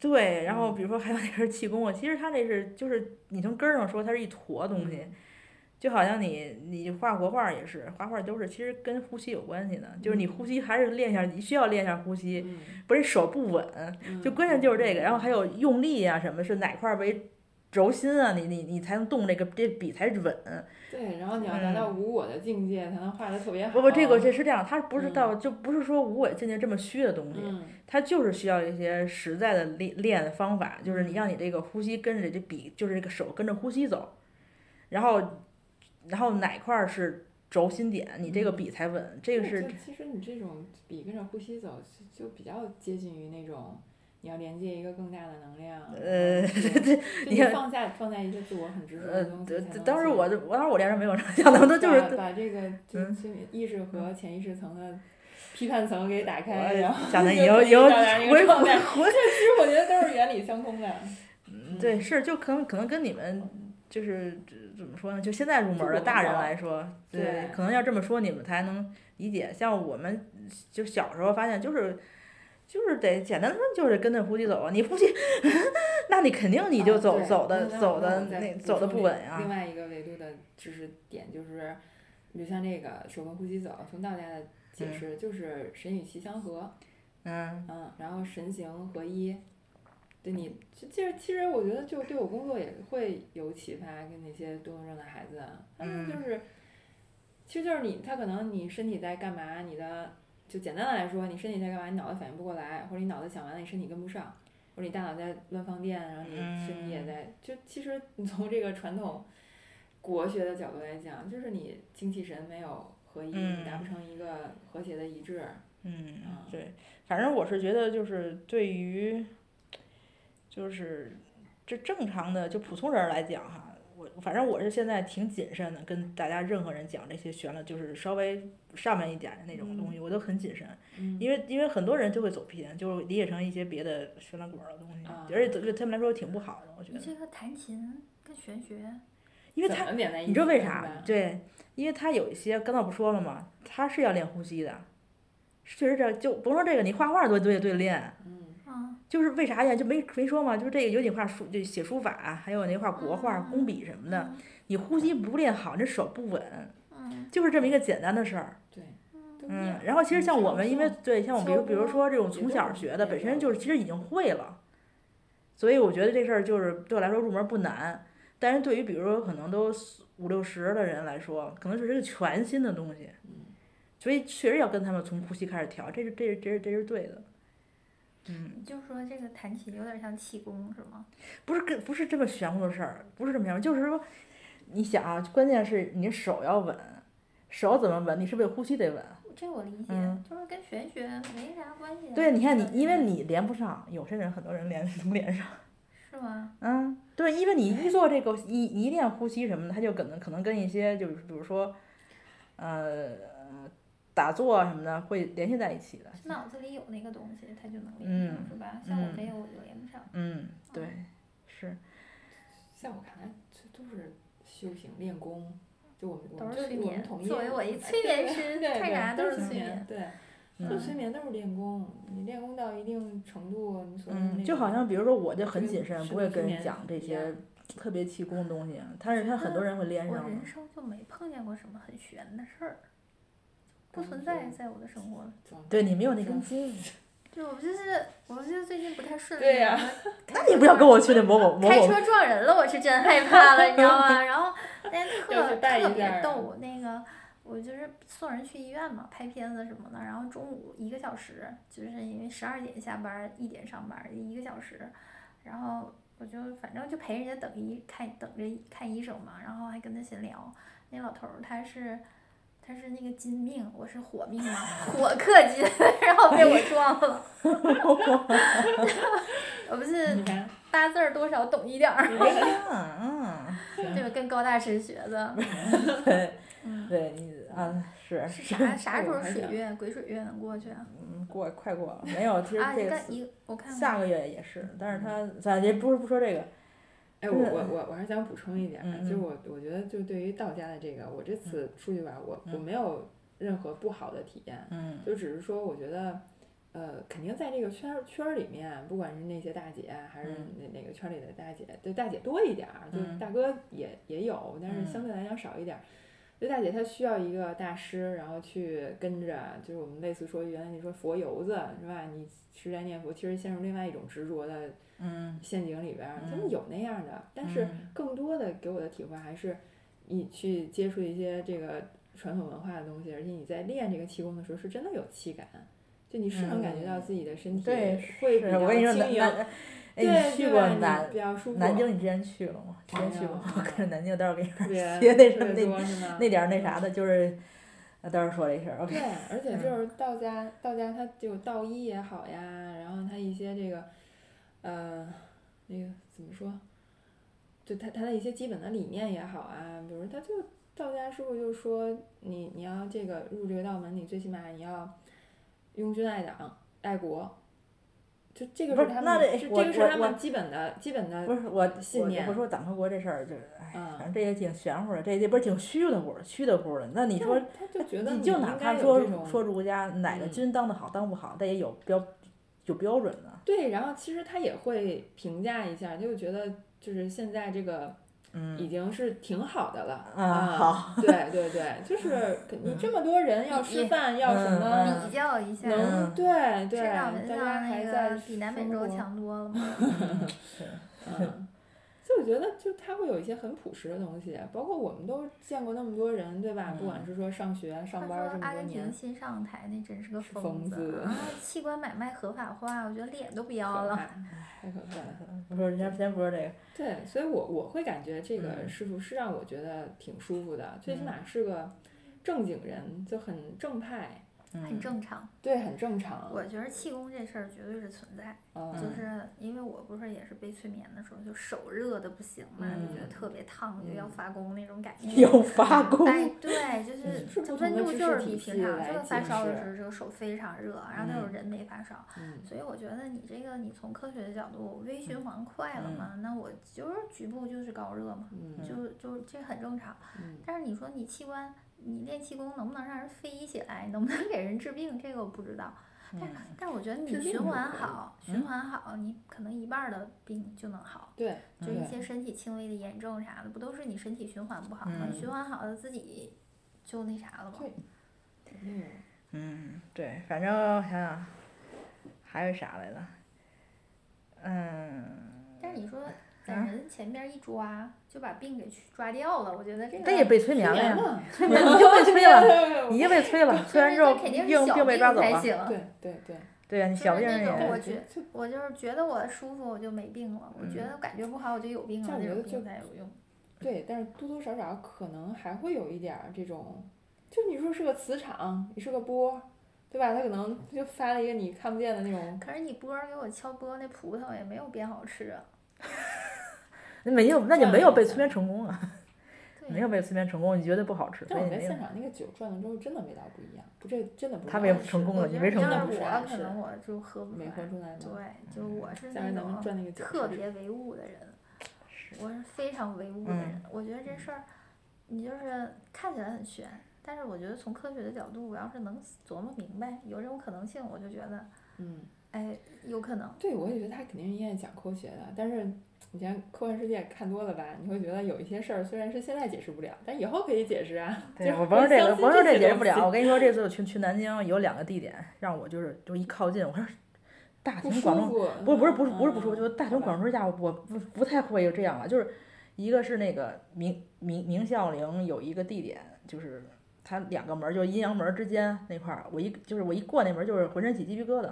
Speaker 1: 对，然后
Speaker 2: 嗯
Speaker 1: 比如说还有那是气功啊，其实它那是就是你从根儿上说，它是一坨东西。
Speaker 2: 嗯
Speaker 1: 就好像你你画国画也是，画画都是其实跟呼吸有关系的，就是你
Speaker 2: 嗯
Speaker 1: 呼吸还是练一下，你需要练一下呼吸，
Speaker 2: 嗯
Speaker 1: 不是手不稳，
Speaker 2: 嗯
Speaker 1: 就关键就是这个，然后还有用力啊，什么是哪块儿为轴心啊，你你你才能动这个这笔才稳。
Speaker 2: 对，然后你要达到无我的境界，才能画的特别好。
Speaker 1: 嗯不不，这个这是这样，它不是
Speaker 2: 嗯
Speaker 1: 到、就不是说无我境界这么虚的东西，
Speaker 2: 嗯，
Speaker 1: 它就是需要一些实在的练练的方法，就是
Speaker 2: 嗯
Speaker 1: 你让你这个呼吸跟着这笔，就是这个手跟着呼吸走，然后然后哪块儿是轴心点，你这个笔才稳，这个
Speaker 2: 对
Speaker 1: 是
Speaker 2: 嗯就其实你这种笔跟着呼吸走，就就比较接近于那种你要连接一个更大的能量。
Speaker 1: 呃
Speaker 2: 然后去就
Speaker 1: 你
Speaker 2: 你
Speaker 1: 看
Speaker 2: 放下放下一些自我很执着
Speaker 1: 呃
Speaker 2: 的东，西
Speaker 1: 这
Speaker 2: 才
Speaker 1: 这
Speaker 2: 能
Speaker 1: 当时
Speaker 2: 去
Speaker 1: 我就我当时我练时没有这样 的，都就是
Speaker 2: 把把这个就
Speaker 1: 嗯
Speaker 2: 心理意识和潜意识层的批判层给打开，然后
Speaker 1: 想的
Speaker 2: 就
Speaker 1: 以后
Speaker 2: 可以
Speaker 1: 以后
Speaker 2: 到达一个
Speaker 1: 回
Speaker 2: 状
Speaker 1: 回
Speaker 2: 态
Speaker 1: 回
Speaker 2: 其实我觉得都是原理相通的。嗯
Speaker 1: 对，是就可能可能跟你们就是这怎么说呢？就现在入门
Speaker 2: 就
Speaker 1: 儿
Speaker 2: 我
Speaker 1: 的
Speaker 2: 们
Speaker 1: 大人
Speaker 2: 早
Speaker 1: 来说，对，
Speaker 2: 对
Speaker 1: 可能要这么说你们才能理解。像我们就小时候发现就是。就是得简单说，就是跟着呼吸走啊！你呼吸， 那你肯定你就
Speaker 2: 啊
Speaker 1: 走、
Speaker 2: 对
Speaker 1: 走的
Speaker 2: 那那
Speaker 1: 走
Speaker 2: 那
Speaker 1: 的
Speaker 2: 我再
Speaker 1: 那
Speaker 2: 补
Speaker 1: 走的
Speaker 2: 充
Speaker 1: 不
Speaker 2: 另
Speaker 1: 稳啊呀、
Speaker 2: 另外一个维度的知识点就是，你就像这个手跟呼吸走，从道家的解释就是神与其相合，
Speaker 1: 嗯，
Speaker 2: 嗯，然后神行合一，对你，其实其实我觉得就对我工作也会有启发，跟那些多动症的孩子啊，他们就是，其实就是你，他可能你身体在干嘛，你的就简单的来说，你身体在干嘛，你脑子反应不过来，或者你脑子想完了，你身体跟不上，或者你大脑在乱放电，然后你身体也在，就其实你从这个传统国学的角度来讲，就是你精气神没有合一，你达不成一个和谐的一致，
Speaker 1: 嗯
Speaker 2: 啊，
Speaker 1: 对，反正我是觉得就是对于，就是这正常的就普通人儿来讲哈，我反正我是现在挺谨慎的，跟大家任何人讲这些玄了，就是稍微上面一点的那种东西，我都很谨慎，
Speaker 2: 嗯，
Speaker 1: 因为因为很多人就会走偏，就是理解成一些别的旋了滚儿的东西，
Speaker 2: 啊
Speaker 1: 而且对他们来说挺不好的，我觉
Speaker 3: 你
Speaker 1: 得，
Speaker 3: 这个弹琴跟玄学，
Speaker 1: 因为
Speaker 2: 怎
Speaker 1: 他
Speaker 2: 么连在一起
Speaker 1: 你知道为
Speaker 2: 是
Speaker 1: 啥
Speaker 2: 吧？
Speaker 1: 对，因为他有一些刚才我不说了吗？他是要练呼吸的，确实这就甭说这个，你画画都都得对练。
Speaker 2: 嗯
Speaker 3: 嗯，
Speaker 1: 就是为啥呀？就没没说嘛，就是这个有你画书，就写书法，还有那画国画、
Speaker 3: 嗯
Speaker 1: 工笔什么的，
Speaker 3: 嗯，
Speaker 1: 你呼吸不练好，你手不稳，
Speaker 3: 嗯，
Speaker 1: 就是这么一个简单的事儿。
Speaker 2: 对，
Speaker 3: 嗯
Speaker 2: 都一
Speaker 1: 嗯
Speaker 2: 样，。
Speaker 1: 然后其实像我们，
Speaker 2: 嗯
Speaker 1: 因为对像我们，比如
Speaker 2: 敲
Speaker 1: 比如
Speaker 2: 锣
Speaker 1: 说这种
Speaker 2: 也
Speaker 1: 从
Speaker 2: 都
Speaker 1: 小
Speaker 2: 是
Speaker 1: 学的，
Speaker 2: 也
Speaker 1: 本
Speaker 2: 都
Speaker 1: 身就是其实已经会了，所以我觉得这事儿就是对我来说入门不难。但是对于比如说可能都四五六十的人来说，可能是一个全新的东西，
Speaker 2: 嗯
Speaker 1: 所以确实要跟他们从呼吸开始调，这是这是这是这是对的。嗯。
Speaker 3: 你就说这个弹琴有点像气功是吗？
Speaker 1: 不是跟不是这么玄乎的事儿，不是这么玄乎，就是说，你想啊，关键是你手要稳，手怎么稳？你是不是得呼吸得稳？
Speaker 3: 这我理解，
Speaker 1: 嗯
Speaker 3: 就是跟玄学没啥关系啊。
Speaker 1: 对，你看你，
Speaker 3: 嗯
Speaker 1: 因为你连不上，有些人很多人连 能连上，
Speaker 3: 是吗？
Speaker 1: 嗯，对，因为你一做这个一一练呼吸什么的，他就可能可能跟一些就是比如说，呃，打坐啊什么的会联系在一起的，
Speaker 3: 脑子里有那个东西，它就能连上，
Speaker 1: 嗯
Speaker 3: 是吧？像我
Speaker 1: 嗯
Speaker 3: 没有，我就连不上。
Speaker 1: 嗯，对，是，
Speaker 2: 在我看来，这都是修行练功，就我们我
Speaker 3: 都
Speaker 2: 们
Speaker 3: 是
Speaker 2: 对
Speaker 3: 催
Speaker 2: 我们
Speaker 3: 眠。
Speaker 2: 统一
Speaker 3: 作为我一
Speaker 2: 哎
Speaker 3: 催
Speaker 2: 对
Speaker 3: 眠师，
Speaker 2: 对
Speaker 3: 看
Speaker 2: 对
Speaker 3: 啥
Speaker 2: 都
Speaker 3: 是催
Speaker 2: 眠，，对，都
Speaker 1: 嗯
Speaker 2: 是催眠，都是练功。你练功到一定程度，你所谓的那
Speaker 1: 嗯，就
Speaker 2: 种
Speaker 1: 好像比如说，我就很
Speaker 2: 跟
Speaker 1: 谨慎，
Speaker 2: 深
Speaker 1: 不会
Speaker 2: 度
Speaker 1: 跟
Speaker 2: 训
Speaker 1: 人
Speaker 2: 练
Speaker 1: 讲这
Speaker 2: 一
Speaker 1: 些
Speaker 2: 样
Speaker 1: 特别气功的东西，啊但是他很多人会连
Speaker 3: 我
Speaker 1: 上嘛。
Speaker 3: 人生就没碰见过什么很玄的事儿，不
Speaker 2: 感
Speaker 3: 存
Speaker 2: 觉
Speaker 3: 在在我的生活里。
Speaker 2: 总
Speaker 1: 对你没有那
Speaker 2: 是
Speaker 1: 根
Speaker 2: 吧
Speaker 1: 筋，
Speaker 3: 就我就是，我就是最近不太顺利。
Speaker 2: 对呀
Speaker 1: 那你不要跟我去那某某某
Speaker 3: 开
Speaker 1: 某，
Speaker 3: 车撞人了，我是真害怕了，你知道吗？然后那天
Speaker 2: 要
Speaker 3: 特
Speaker 2: 去拜一
Speaker 3: 特
Speaker 2: 下
Speaker 3: 别
Speaker 2: 儿
Speaker 3: 逗，那个我就是送人去医院嘛，拍片子什么的，然后中午一个小时，就是因为十二点下班，一点上班，一个小时，然后我就反正就陪人家等医看等着看医生嘛，然后还跟他闲聊。那老头儿他是。他是那个金命，我是火命嘛，火克金， 然后被我撞了。我不是
Speaker 2: 你看，
Speaker 3: 八字儿多少懂一点儿，
Speaker 2: 你这个
Speaker 1: 嗯
Speaker 3: 对，跟高大师学的。
Speaker 1: 嗯，对
Speaker 3: 嗯，
Speaker 1: 对，你啊是
Speaker 3: 是啥啥时
Speaker 2: 我
Speaker 3: 候
Speaker 2: 还
Speaker 3: 水
Speaker 2: 想
Speaker 3: 月鬼水月能过去啊？
Speaker 1: 嗯过快过了，没有，其实
Speaker 3: 啊，
Speaker 1: 这
Speaker 3: 一
Speaker 1: 个
Speaker 3: 个
Speaker 1: 四
Speaker 3: 一我看看，
Speaker 1: 下个月也是，但是他咱也不是不说这个，
Speaker 2: 哎，我我我我还想补充一点啊，
Speaker 1: 嗯
Speaker 2: 就是
Speaker 1: 嗯
Speaker 2: 我我觉得就对于道家的这个，我这次出去玩，我我没有任何不好的体验，
Speaker 1: 嗯
Speaker 2: 就只是说，我觉得，呃，肯定在这个圈儿圈儿里面，不管是那些大姐啊还是
Speaker 1: 嗯
Speaker 2: 哪哪个圈儿里的大姐，对大姐多一点儿，就是
Speaker 1: 嗯
Speaker 2: 大哥也也有，但
Speaker 1: 嗯
Speaker 2: 是相对来讲少一点儿。就大姐她需要一个大师，然后去跟着，就是我们类似说原来你说佛游子是吧？你实在念佛，其实陷入另外一种执着的
Speaker 1: 嗯，
Speaker 2: 陷阱里边儿，他
Speaker 1: 嗯
Speaker 2: 们有那样的，但是
Speaker 1: 嗯
Speaker 2: 更多的给我的体会还是，你去接触一些这个传统文化的东西，而且你在练这个气功的时候，是真的有气感，就你是能感觉到自己的身体
Speaker 1: 嗯对，
Speaker 2: 会比
Speaker 1: 是我跟你说
Speaker 2: 较轻
Speaker 1: 南
Speaker 2: 盈，
Speaker 1: 南，哎，
Speaker 2: 对，
Speaker 1: 你去
Speaker 2: 对
Speaker 1: 过
Speaker 2: 吧你
Speaker 1: 南
Speaker 2: 比较舒服，
Speaker 1: 南京？你之前去了吗？之前去过吗，我
Speaker 2: 没有
Speaker 1: 跟着南京，待会儿给你
Speaker 2: 特别
Speaker 1: 写那什
Speaker 2: 特
Speaker 1: 么
Speaker 2: 别
Speaker 1: 那
Speaker 2: 多是吗？
Speaker 1: 那点儿那啥的，就是，呃待会儿说这事儿，OK，
Speaker 2: 对，而且
Speaker 1: 嗯
Speaker 2: 就是道家，道家它就道医也好呀，然后它一些这个，呃，那个怎么说，就它它的一些基本的理念也好啊，比如它就道家师傅就说你你要这个入这个道门，你最起码你要拥军爱党爱国，就这个
Speaker 1: 不
Speaker 2: 是
Speaker 1: 是
Speaker 2: 他
Speaker 1: 那
Speaker 2: 们
Speaker 1: 得
Speaker 2: 这
Speaker 1: 我
Speaker 2: 这个是
Speaker 1: 我
Speaker 2: 他
Speaker 1: 我
Speaker 2: 们基本的基本的，
Speaker 1: 不是我
Speaker 2: 信念
Speaker 1: 我我说党和国这事儿就是，哎，
Speaker 2: 嗯
Speaker 1: 反正这也挺玄乎的，这这不是挺虚的乎的，虚的乎的。那你
Speaker 2: 但
Speaker 1: 说
Speaker 2: 是，他就觉得
Speaker 1: 你就
Speaker 2: 应
Speaker 1: 哪怕
Speaker 2: 该有
Speaker 1: 说
Speaker 2: 这种
Speaker 1: 说儒家哪个
Speaker 2: 嗯
Speaker 1: 君当的好当不好，但也有标有标准的。
Speaker 2: 对，然后其实他也会评价一下，就觉得就是现在这个已
Speaker 1: 嗯
Speaker 2: 经是挺好的了。
Speaker 1: 嗯
Speaker 2: 啊，
Speaker 1: 好
Speaker 2: 对对对，就是
Speaker 3: 嗯
Speaker 2: 你这么多人要吃饭，要什么
Speaker 1: 嗯
Speaker 3: 比较一下，
Speaker 2: 能
Speaker 1: 嗯
Speaker 2: 对对，
Speaker 3: 生
Speaker 2: 大
Speaker 3: 长文
Speaker 2: 家
Speaker 3: 像
Speaker 2: 还
Speaker 3: 那
Speaker 2: 在
Speaker 3: 个比南美
Speaker 2: 生
Speaker 3: 洲
Speaker 2: 活
Speaker 3: 强多了嘛。
Speaker 2: 嗯，所以我觉得就他会有一些很朴实的东西，包括我们都见过那么多人，对吧？不管是说上学、
Speaker 3: 嗯
Speaker 2: 啊
Speaker 3: 他
Speaker 2: 上班
Speaker 3: 说
Speaker 2: 儿这么
Speaker 3: 阿
Speaker 2: 多
Speaker 3: 根廷
Speaker 2: 年，
Speaker 3: 新上台那真是个
Speaker 2: 是疯
Speaker 3: 子，
Speaker 2: 子
Speaker 3: 然后器官买卖合法化，我觉得脸都不要
Speaker 2: 可怕，
Speaker 3: 了。
Speaker 2: 太 可怕了。
Speaker 1: 嗯不说人家先不说这个，
Speaker 2: 对，所以我我会感觉这个
Speaker 1: 嗯
Speaker 2: 师傅是让我觉得挺舒服的，最起码是个正经人，就很正派，
Speaker 3: 很
Speaker 1: 嗯
Speaker 3: 正常，
Speaker 2: 对，很正常。
Speaker 3: 我觉得气功这事儿绝对是存在，
Speaker 2: 嗯，
Speaker 3: 就是因为我不是也是被催眠的时候，就手热的不行嘛，就觉得
Speaker 2: 嗯
Speaker 3: 特别烫，就要
Speaker 2: 嗯
Speaker 3: 发功那种感觉。
Speaker 1: 有发功，
Speaker 3: 哎，对，就
Speaker 2: 嗯是
Speaker 3: 是这
Speaker 2: 不同
Speaker 3: 温
Speaker 2: 的
Speaker 3: 度
Speaker 2: 知
Speaker 3: 就
Speaker 2: 识
Speaker 3: 是
Speaker 2: 体
Speaker 3: 比平
Speaker 2: 系
Speaker 3: 常
Speaker 2: 来
Speaker 3: 这个
Speaker 2: 解
Speaker 3: 发烧
Speaker 2: 释
Speaker 3: 的时候，这个手非常热，然后那有
Speaker 2: 嗯
Speaker 3: 人没发烧，
Speaker 2: 嗯
Speaker 3: 所以我觉得你这个你从科学的角度，微循环快了嘛，那我就是局部就是高热嘛，
Speaker 2: 嗯
Speaker 3: 就就这很正常。
Speaker 2: 嗯
Speaker 3: 但是你说你器官，你练气功能不能让人飞起来，能不能给人治病，这个我不知道。但是但我觉得
Speaker 2: 嗯治病
Speaker 3: 你循
Speaker 2: 就
Speaker 3: 环
Speaker 2: 可以嗯
Speaker 3: 好，循环好，你可能一半儿的病就能好。
Speaker 2: 对，
Speaker 3: 就一
Speaker 2: 对
Speaker 3: 些身体轻微的炎症啥的，不都是你身体循环不好吗？
Speaker 1: 嗯
Speaker 3: 循环好了自己就那啥了吧？
Speaker 2: 对嗯
Speaker 1: 嗯，对，反正我想想还有啥来着？嗯，
Speaker 3: 但是你说在
Speaker 1: 啊
Speaker 3: 人前边一抓，就把病给去抓掉了，我觉得这个
Speaker 1: 但也被催眠
Speaker 2: 去
Speaker 1: 了
Speaker 2: 年
Speaker 1: 呀，
Speaker 2: 嘛，
Speaker 1: 催眠 你就被催了， 你就被催了，
Speaker 3: 这
Speaker 1: 催完之后
Speaker 3: 肯定
Speaker 1: 病
Speaker 3: 是小
Speaker 1: 病被抓走啊
Speaker 3: 才
Speaker 1: 了，
Speaker 3: 行。
Speaker 2: 对对对，
Speaker 1: 对啊呀，你小病人
Speaker 3: 那种
Speaker 1: 也
Speaker 3: 我
Speaker 2: 对
Speaker 3: 觉
Speaker 2: 就
Speaker 3: 我就是觉得我舒服，我就没病了；我觉
Speaker 1: 嗯
Speaker 3: 得感觉不好，我就有病
Speaker 2: 这
Speaker 3: 了。
Speaker 2: 样
Speaker 3: 那
Speaker 2: 我觉
Speaker 3: 种
Speaker 2: 得就
Speaker 3: 病才有用。
Speaker 2: 对，但是多多少少可能还会有一点儿这种，就是你说是个磁场，你是个波，对吧？它可能就发了一个你看不见的那种，
Speaker 3: 可是你波儿给我敲波，那葡萄也没有变好吃啊。
Speaker 1: 那没有，那就没有被催眠成功啊，
Speaker 3: 对
Speaker 1: 没有被催眠成功，你绝对不好吃，所
Speaker 2: 但
Speaker 1: 以
Speaker 2: 我
Speaker 1: 你
Speaker 2: 觉
Speaker 1: 没
Speaker 2: 得
Speaker 1: 有
Speaker 2: 现。场那个酒转了之后，真的味道不一样，不这真的不是
Speaker 1: 他
Speaker 2: 好
Speaker 1: 没有
Speaker 2: 吃
Speaker 1: 成功
Speaker 3: 我
Speaker 1: 了
Speaker 3: 觉
Speaker 1: 你
Speaker 3: 得
Speaker 1: 没成
Speaker 3: 要
Speaker 1: 功
Speaker 2: 不
Speaker 3: 是
Speaker 2: 是
Speaker 3: 我
Speaker 2: 暗
Speaker 3: 可
Speaker 2: 示
Speaker 3: 能我就喝不出
Speaker 2: 没
Speaker 3: 来。
Speaker 2: 喝出来嗯吗？
Speaker 3: 对，就我是
Speaker 2: 下回
Speaker 3: 那
Speaker 2: 咱们
Speaker 3: 种
Speaker 2: 转那个酒
Speaker 3: 特
Speaker 2: 试试
Speaker 3: 别唯物的人，我是非常唯物的人。
Speaker 1: 嗯
Speaker 3: 我觉得这事儿，你就是看起来很玄，但是我觉得从科学的角度，我要是能琢磨明白有这种可能性，我就觉得，
Speaker 2: 嗯，
Speaker 3: 哎，有可能。
Speaker 2: 对，我也觉得他肯定是应该讲科学的，但是以前科幻世界看多了吧，你会觉得有一些事儿虽然是现在解释不了，但以后可以解释啊。
Speaker 1: 对，
Speaker 2: 就
Speaker 1: 我甭说这个，
Speaker 2: 相信
Speaker 1: 甭说
Speaker 2: 这
Speaker 1: 这
Speaker 2: 些
Speaker 1: 解释
Speaker 2: 东
Speaker 1: 不了。
Speaker 2: 西
Speaker 1: 我跟你说，这次我去去南京有两个地点，让我就是就一靠近，我说大
Speaker 2: 不
Speaker 1: 庭
Speaker 2: 舒
Speaker 1: 广众，
Speaker 2: 服，
Speaker 1: 不是不是不是不是不舒服，
Speaker 2: 嗯
Speaker 1: 就是大庭广。众之下，我不不太会有这样了。就是一个是那个明明明孝陵有一个地点，就是它两个门儿，就是阴阳门儿之间那块儿，我一就是我一过那门儿就是浑身起鸡皮疙瘩，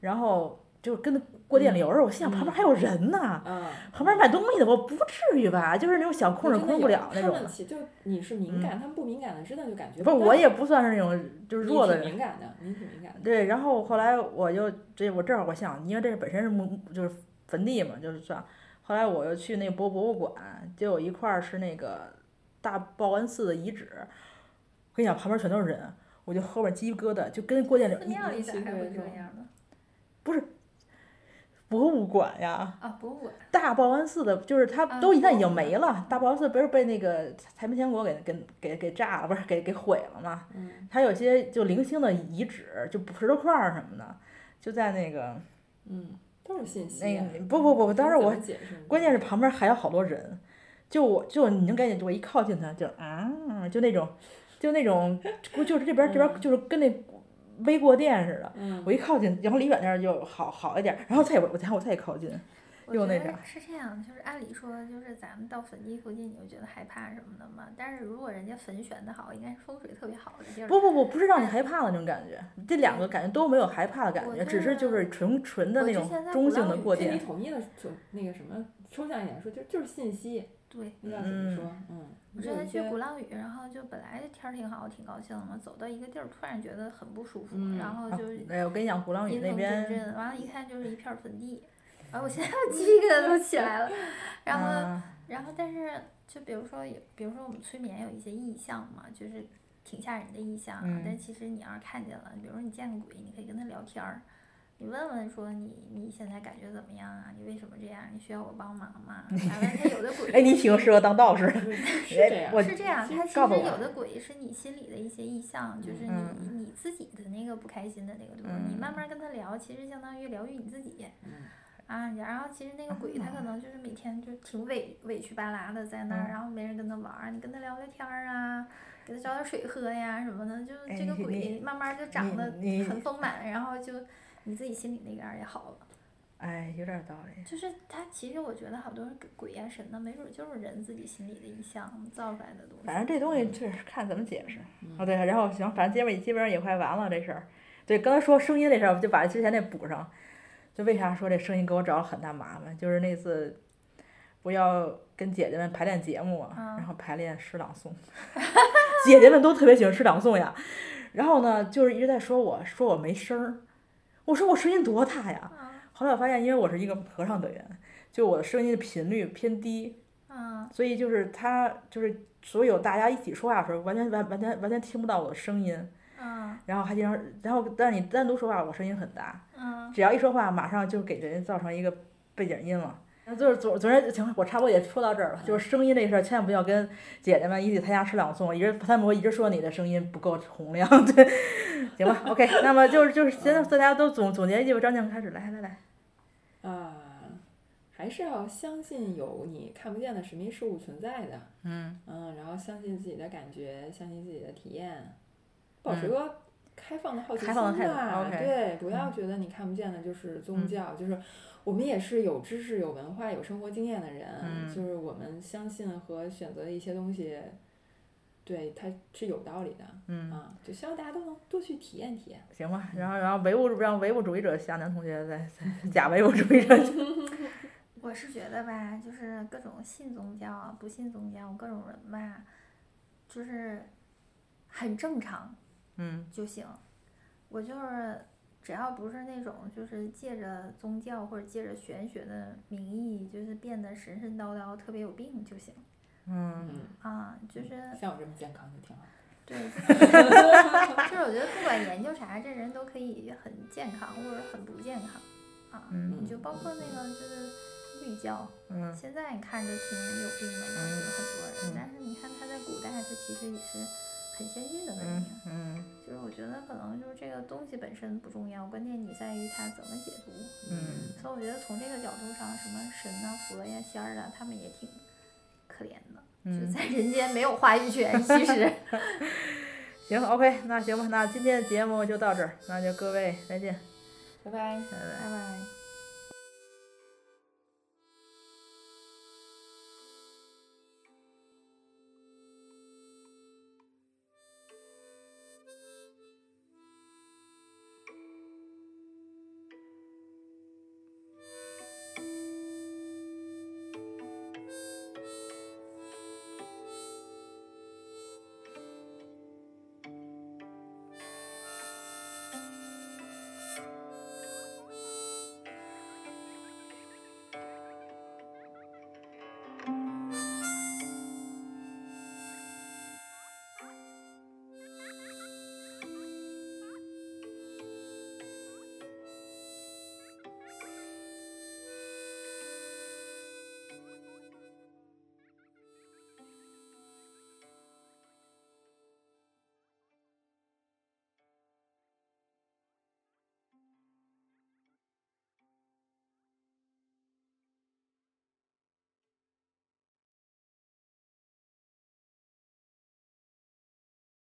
Speaker 1: 然后就是跟过电流似的。我心想
Speaker 2: 嗯
Speaker 1: 旁边还有人呢，
Speaker 2: 好吧嗯，
Speaker 1: 旁边卖东西的，我不至于吧？就是那种想控制控制不了那种
Speaker 2: 他
Speaker 1: 的
Speaker 2: 们。其就你是敏感，他们不敏感的，真的就感觉
Speaker 1: 不，
Speaker 2: 到
Speaker 1: 我也不算是那种就是
Speaker 2: 你
Speaker 1: 弱的
Speaker 2: 挺
Speaker 1: 人。
Speaker 2: 敏感的，你挺敏感的。
Speaker 1: 对，然后后来我就这我正好我想，因为这本身是墓就是坟地嘛，就是算。后来我又去那博博物馆，就有一块儿是那个大报恩寺的遗址，我跟你讲，旁边全都是人，我就后边鸡皮疙瘩，就跟过电
Speaker 3: 寺
Speaker 1: 影一
Speaker 3: 庙里咋
Speaker 2: 一
Speaker 3: 还
Speaker 2: 个
Speaker 3: 会这
Speaker 2: 种
Speaker 3: 样呢？
Speaker 1: 博物馆呀，
Speaker 3: 啊，博物馆
Speaker 1: 大报恩寺的，就是它
Speaker 3: 啊
Speaker 1: 都现在已
Speaker 3: 博
Speaker 1: 经
Speaker 3: 物
Speaker 1: 没了，大报恩寺不是被那个太平天国给给给给炸了，不是给给毁了吗？
Speaker 2: 嗯
Speaker 1: 它有些就零星的遗址，就石头块儿什么的，就在那个
Speaker 2: 嗯，都是信息
Speaker 1: 那
Speaker 2: 啊。
Speaker 1: 个不不不不，当时
Speaker 2: 你怎
Speaker 1: 我
Speaker 2: 么解释呢
Speaker 1: 关键是旁边还有好多人，就我就你能感觉，我一靠近它就啊，就那种就那种就是这边这边就是跟那微过电似的，
Speaker 2: 嗯
Speaker 1: 我一靠近，然后离远点儿就好好一点儿，然后再也我再我再也靠近，
Speaker 3: 我
Speaker 1: 又
Speaker 3: 觉
Speaker 1: 那
Speaker 3: 得
Speaker 1: 啥
Speaker 3: 是这样，就是按理说，就是咱们到坟地附近，你会觉得害怕什么的嘛。但是如果人家坟选的好，应该是风水特别好的地儿。
Speaker 1: 不不不，不是让你害怕的那种感觉，这两个感觉都没有害怕的感
Speaker 3: 我
Speaker 1: 觉，
Speaker 3: 觉
Speaker 1: 只是就
Speaker 3: 得
Speaker 1: 是纯纯的
Speaker 3: 我
Speaker 1: 那
Speaker 3: 之
Speaker 1: 种
Speaker 3: 前在
Speaker 1: 中
Speaker 3: 鼓
Speaker 1: 性
Speaker 3: 浪
Speaker 1: 的
Speaker 3: 屿
Speaker 1: 过
Speaker 2: 哦这
Speaker 1: 电
Speaker 2: 你，统一的就那个什么抽象一点说，就就是信息，
Speaker 3: 对，
Speaker 2: 不知道怎么说，嗯。
Speaker 3: 我之
Speaker 2: 就有一
Speaker 3: 前去
Speaker 2: 些
Speaker 3: 鼓浪屿，然后就本来天儿挺好，挺高兴的嘛，走到一个地儿，突然觉得很不舒服，
Speaker 2: 嗯
Speaker 3: 然后
Speaker 1: 啊
Speaker 3: 就是
Speaker 1: 哎，我跟你讲，鼓浪屿
Speaker 3: 阴
Speaker 1: 那
Speaker 3: 风阵
Speaker 1: 边，
Speaker 3: 阵，完了，一看就是一片儿坟地。然后我 现在鸡皮疙瘩都起来了，然后
Speaker 1: 嗯
Speaker 3: 然后，但是就比如说有，比如说我们催眠有一些意象嘛，就是挺吓人的意象啊。
Speaker 1: 嗯
Speaker 3: 但其实你要是看见了，比如说你见个鬼，你可以跟他聊天儿，你问问说你你现在感觉怎么样啊？你为什么这样？你需要我帮忙吗？反正他有的 鬼，
Speaker 1: 哎，你挺适合当道士。
Speaker 2: 是是这样，
Speaker 1: 我
Speaker 3: 是这样，他其实
Speaker 1: 告诉我
Speaker 3: 有的鬼是你心里的一些意象，就是你、
Speaker 1: 嗯
Speaker 3: 你自己的那个不开心的那个地方，你慢慢跟他聊，其实相当于疗愈你自己。
Speaker 2: 嗯
Speaker 3: 啊，然后其实那个鬼他可能就是每天就挺委委屈巴拉的在那儿，
Speaker 1: 嗯
Speaker 3: 然后没人跟他玩儿，你跟他聊聊天儿啊，给他找点水喝呀什么的，就是这个
Speaker 1: 哎你
Speaker 3: 鬼慢慢就长
Speaker 1: 你
Speaker 3: 得
Speaker 1: 你
Speaker 3: 很丰满，然后就你自己心里那边儿也好了。
Speaker 1: 哎，有点道理。
Speaker 3: 就是他其实我觉得好多鬼呀、神呐，没准儿就是人自己心里的意象造出来的东西。
Speaker 1: 反正这东西就是看怎么解释。
Speaker 2: 嗯
Speaker 1: 哦，对，然后行，反正基本基本上也快完了这事儿。对，刚才说声音这事儿，我就把之前那补上。就为啥说这声音给我找了很大麻烦？就是那次不要跟姐姐们排练节目嘛，啊
Speaker 3: 嗯
Speaker 1: 然后排练诗朗诵， 姐姐们都特别喜欢诗朗诵呀。然后呢，就是一直在说我说我没声儿，我说我声音多大呀？
Speaker 3: 啊
Speaker 1: 后来我发现，因为我是一个合唱队员，就我的声音的频率偏低，
Speaker 3: 啊
Speaker 1: 所以就是他就是所有大家一起说话的时候，完全完完全完全听不到我的声音，
Speaker 3: 啊
Speaker 1: 然后还经常，然后但你单独说话，我声音很大，
Speaker 3: 啊！
Speaker 1: 只要一说话，马上就给人造成一个背景音了。那就是总总之，行，我差不多也说到这儿了。就是声音这事儿，千万不要跟姐姐们一起参加吃朗诵，一直他们会一直说你的声音不够洪亮， 对，行吧，OK。那么就是就是现在大家都总总结一句吧，张静开始，来来来，
Speaker 2: 啊，还是要相信有你看不见的神秘事物存在的，
Speaker 1: 嗯，
Speaker 2: 嗯，然后相信自己的感觉，相信自己的体验，保
Speaker 1: 嗯
Speaker 2: 持个开放的好奇
Speaker 1: 开
Speaker 2: 心
Speaker 1: 放的态度
Speaker 2: 吧。
Speaker 1: ，OK 嗯
Speaker 2: 对，不要觉得你看不见的就是宗教，就是我们也是有知识、有文化、有生活经验的人，
Speaker 1: 嗯
Speaker 2: 就是我们相信和选择的一些东西，对，它是有道理的。
Speaker 1: 嗯
Speaker 2: 啊，就希望大家都能多去体验体验。
Speaker 1: 行吧，然后然后唯物让唯物主义者夏楠同学再再假唯物主义者
Speaker 3: 我是觉得吧，就是各种信宗教啊、不信宗教各种人吧，就是很正常
Speaker 1: 嗯
Speaker 3: 就行。我就是只要不是那种就是借着宗教或者借着玄学的名义，就是变得神神叨叨、特别有病就行
Speaker 1: 嗯，
Speaker 2: 嗯，
Speaker 3: 啊。就是
Speaker 2: 像我这么健康就挺好。
Speaker 3: 对，就是就是我觉得不管研究啥，这人都可以很健康或者很不健康啊。
Speaker 1: 嗯
Speaker 3: 你就包括那个就是绿教。
Speaker 1: 嗯
Speaker 3: 现在你看着挺有病的嘛，有很多
Speaker 1: 嗯，
Speaker 3: 人但是你看他在古代，他其实也是很先进的文
Speaker 1: 嗯
Speaker 3: 明。
Speaker 1: 嗯
Speaker 3: 就是我觉得可能就是这个东西本身不重要，关键你在于它怎么解读。
Speaker 1: 嗯
Speaker 3: 所以我觉得从这个角度上，什么神呐、佛呀、仙儿啊，他们也挺可怜的，就
Speaker 1: 嗯，
Speaker 3: 在人间没有话语权。其 实，
Speaker 1: 行，OK，那行吧，那今天的节目就到这儿，那就各位再见，
Speaker 2: 拜拜。
Speaker 1: 拜拜。
Speaker 3: 拜拜。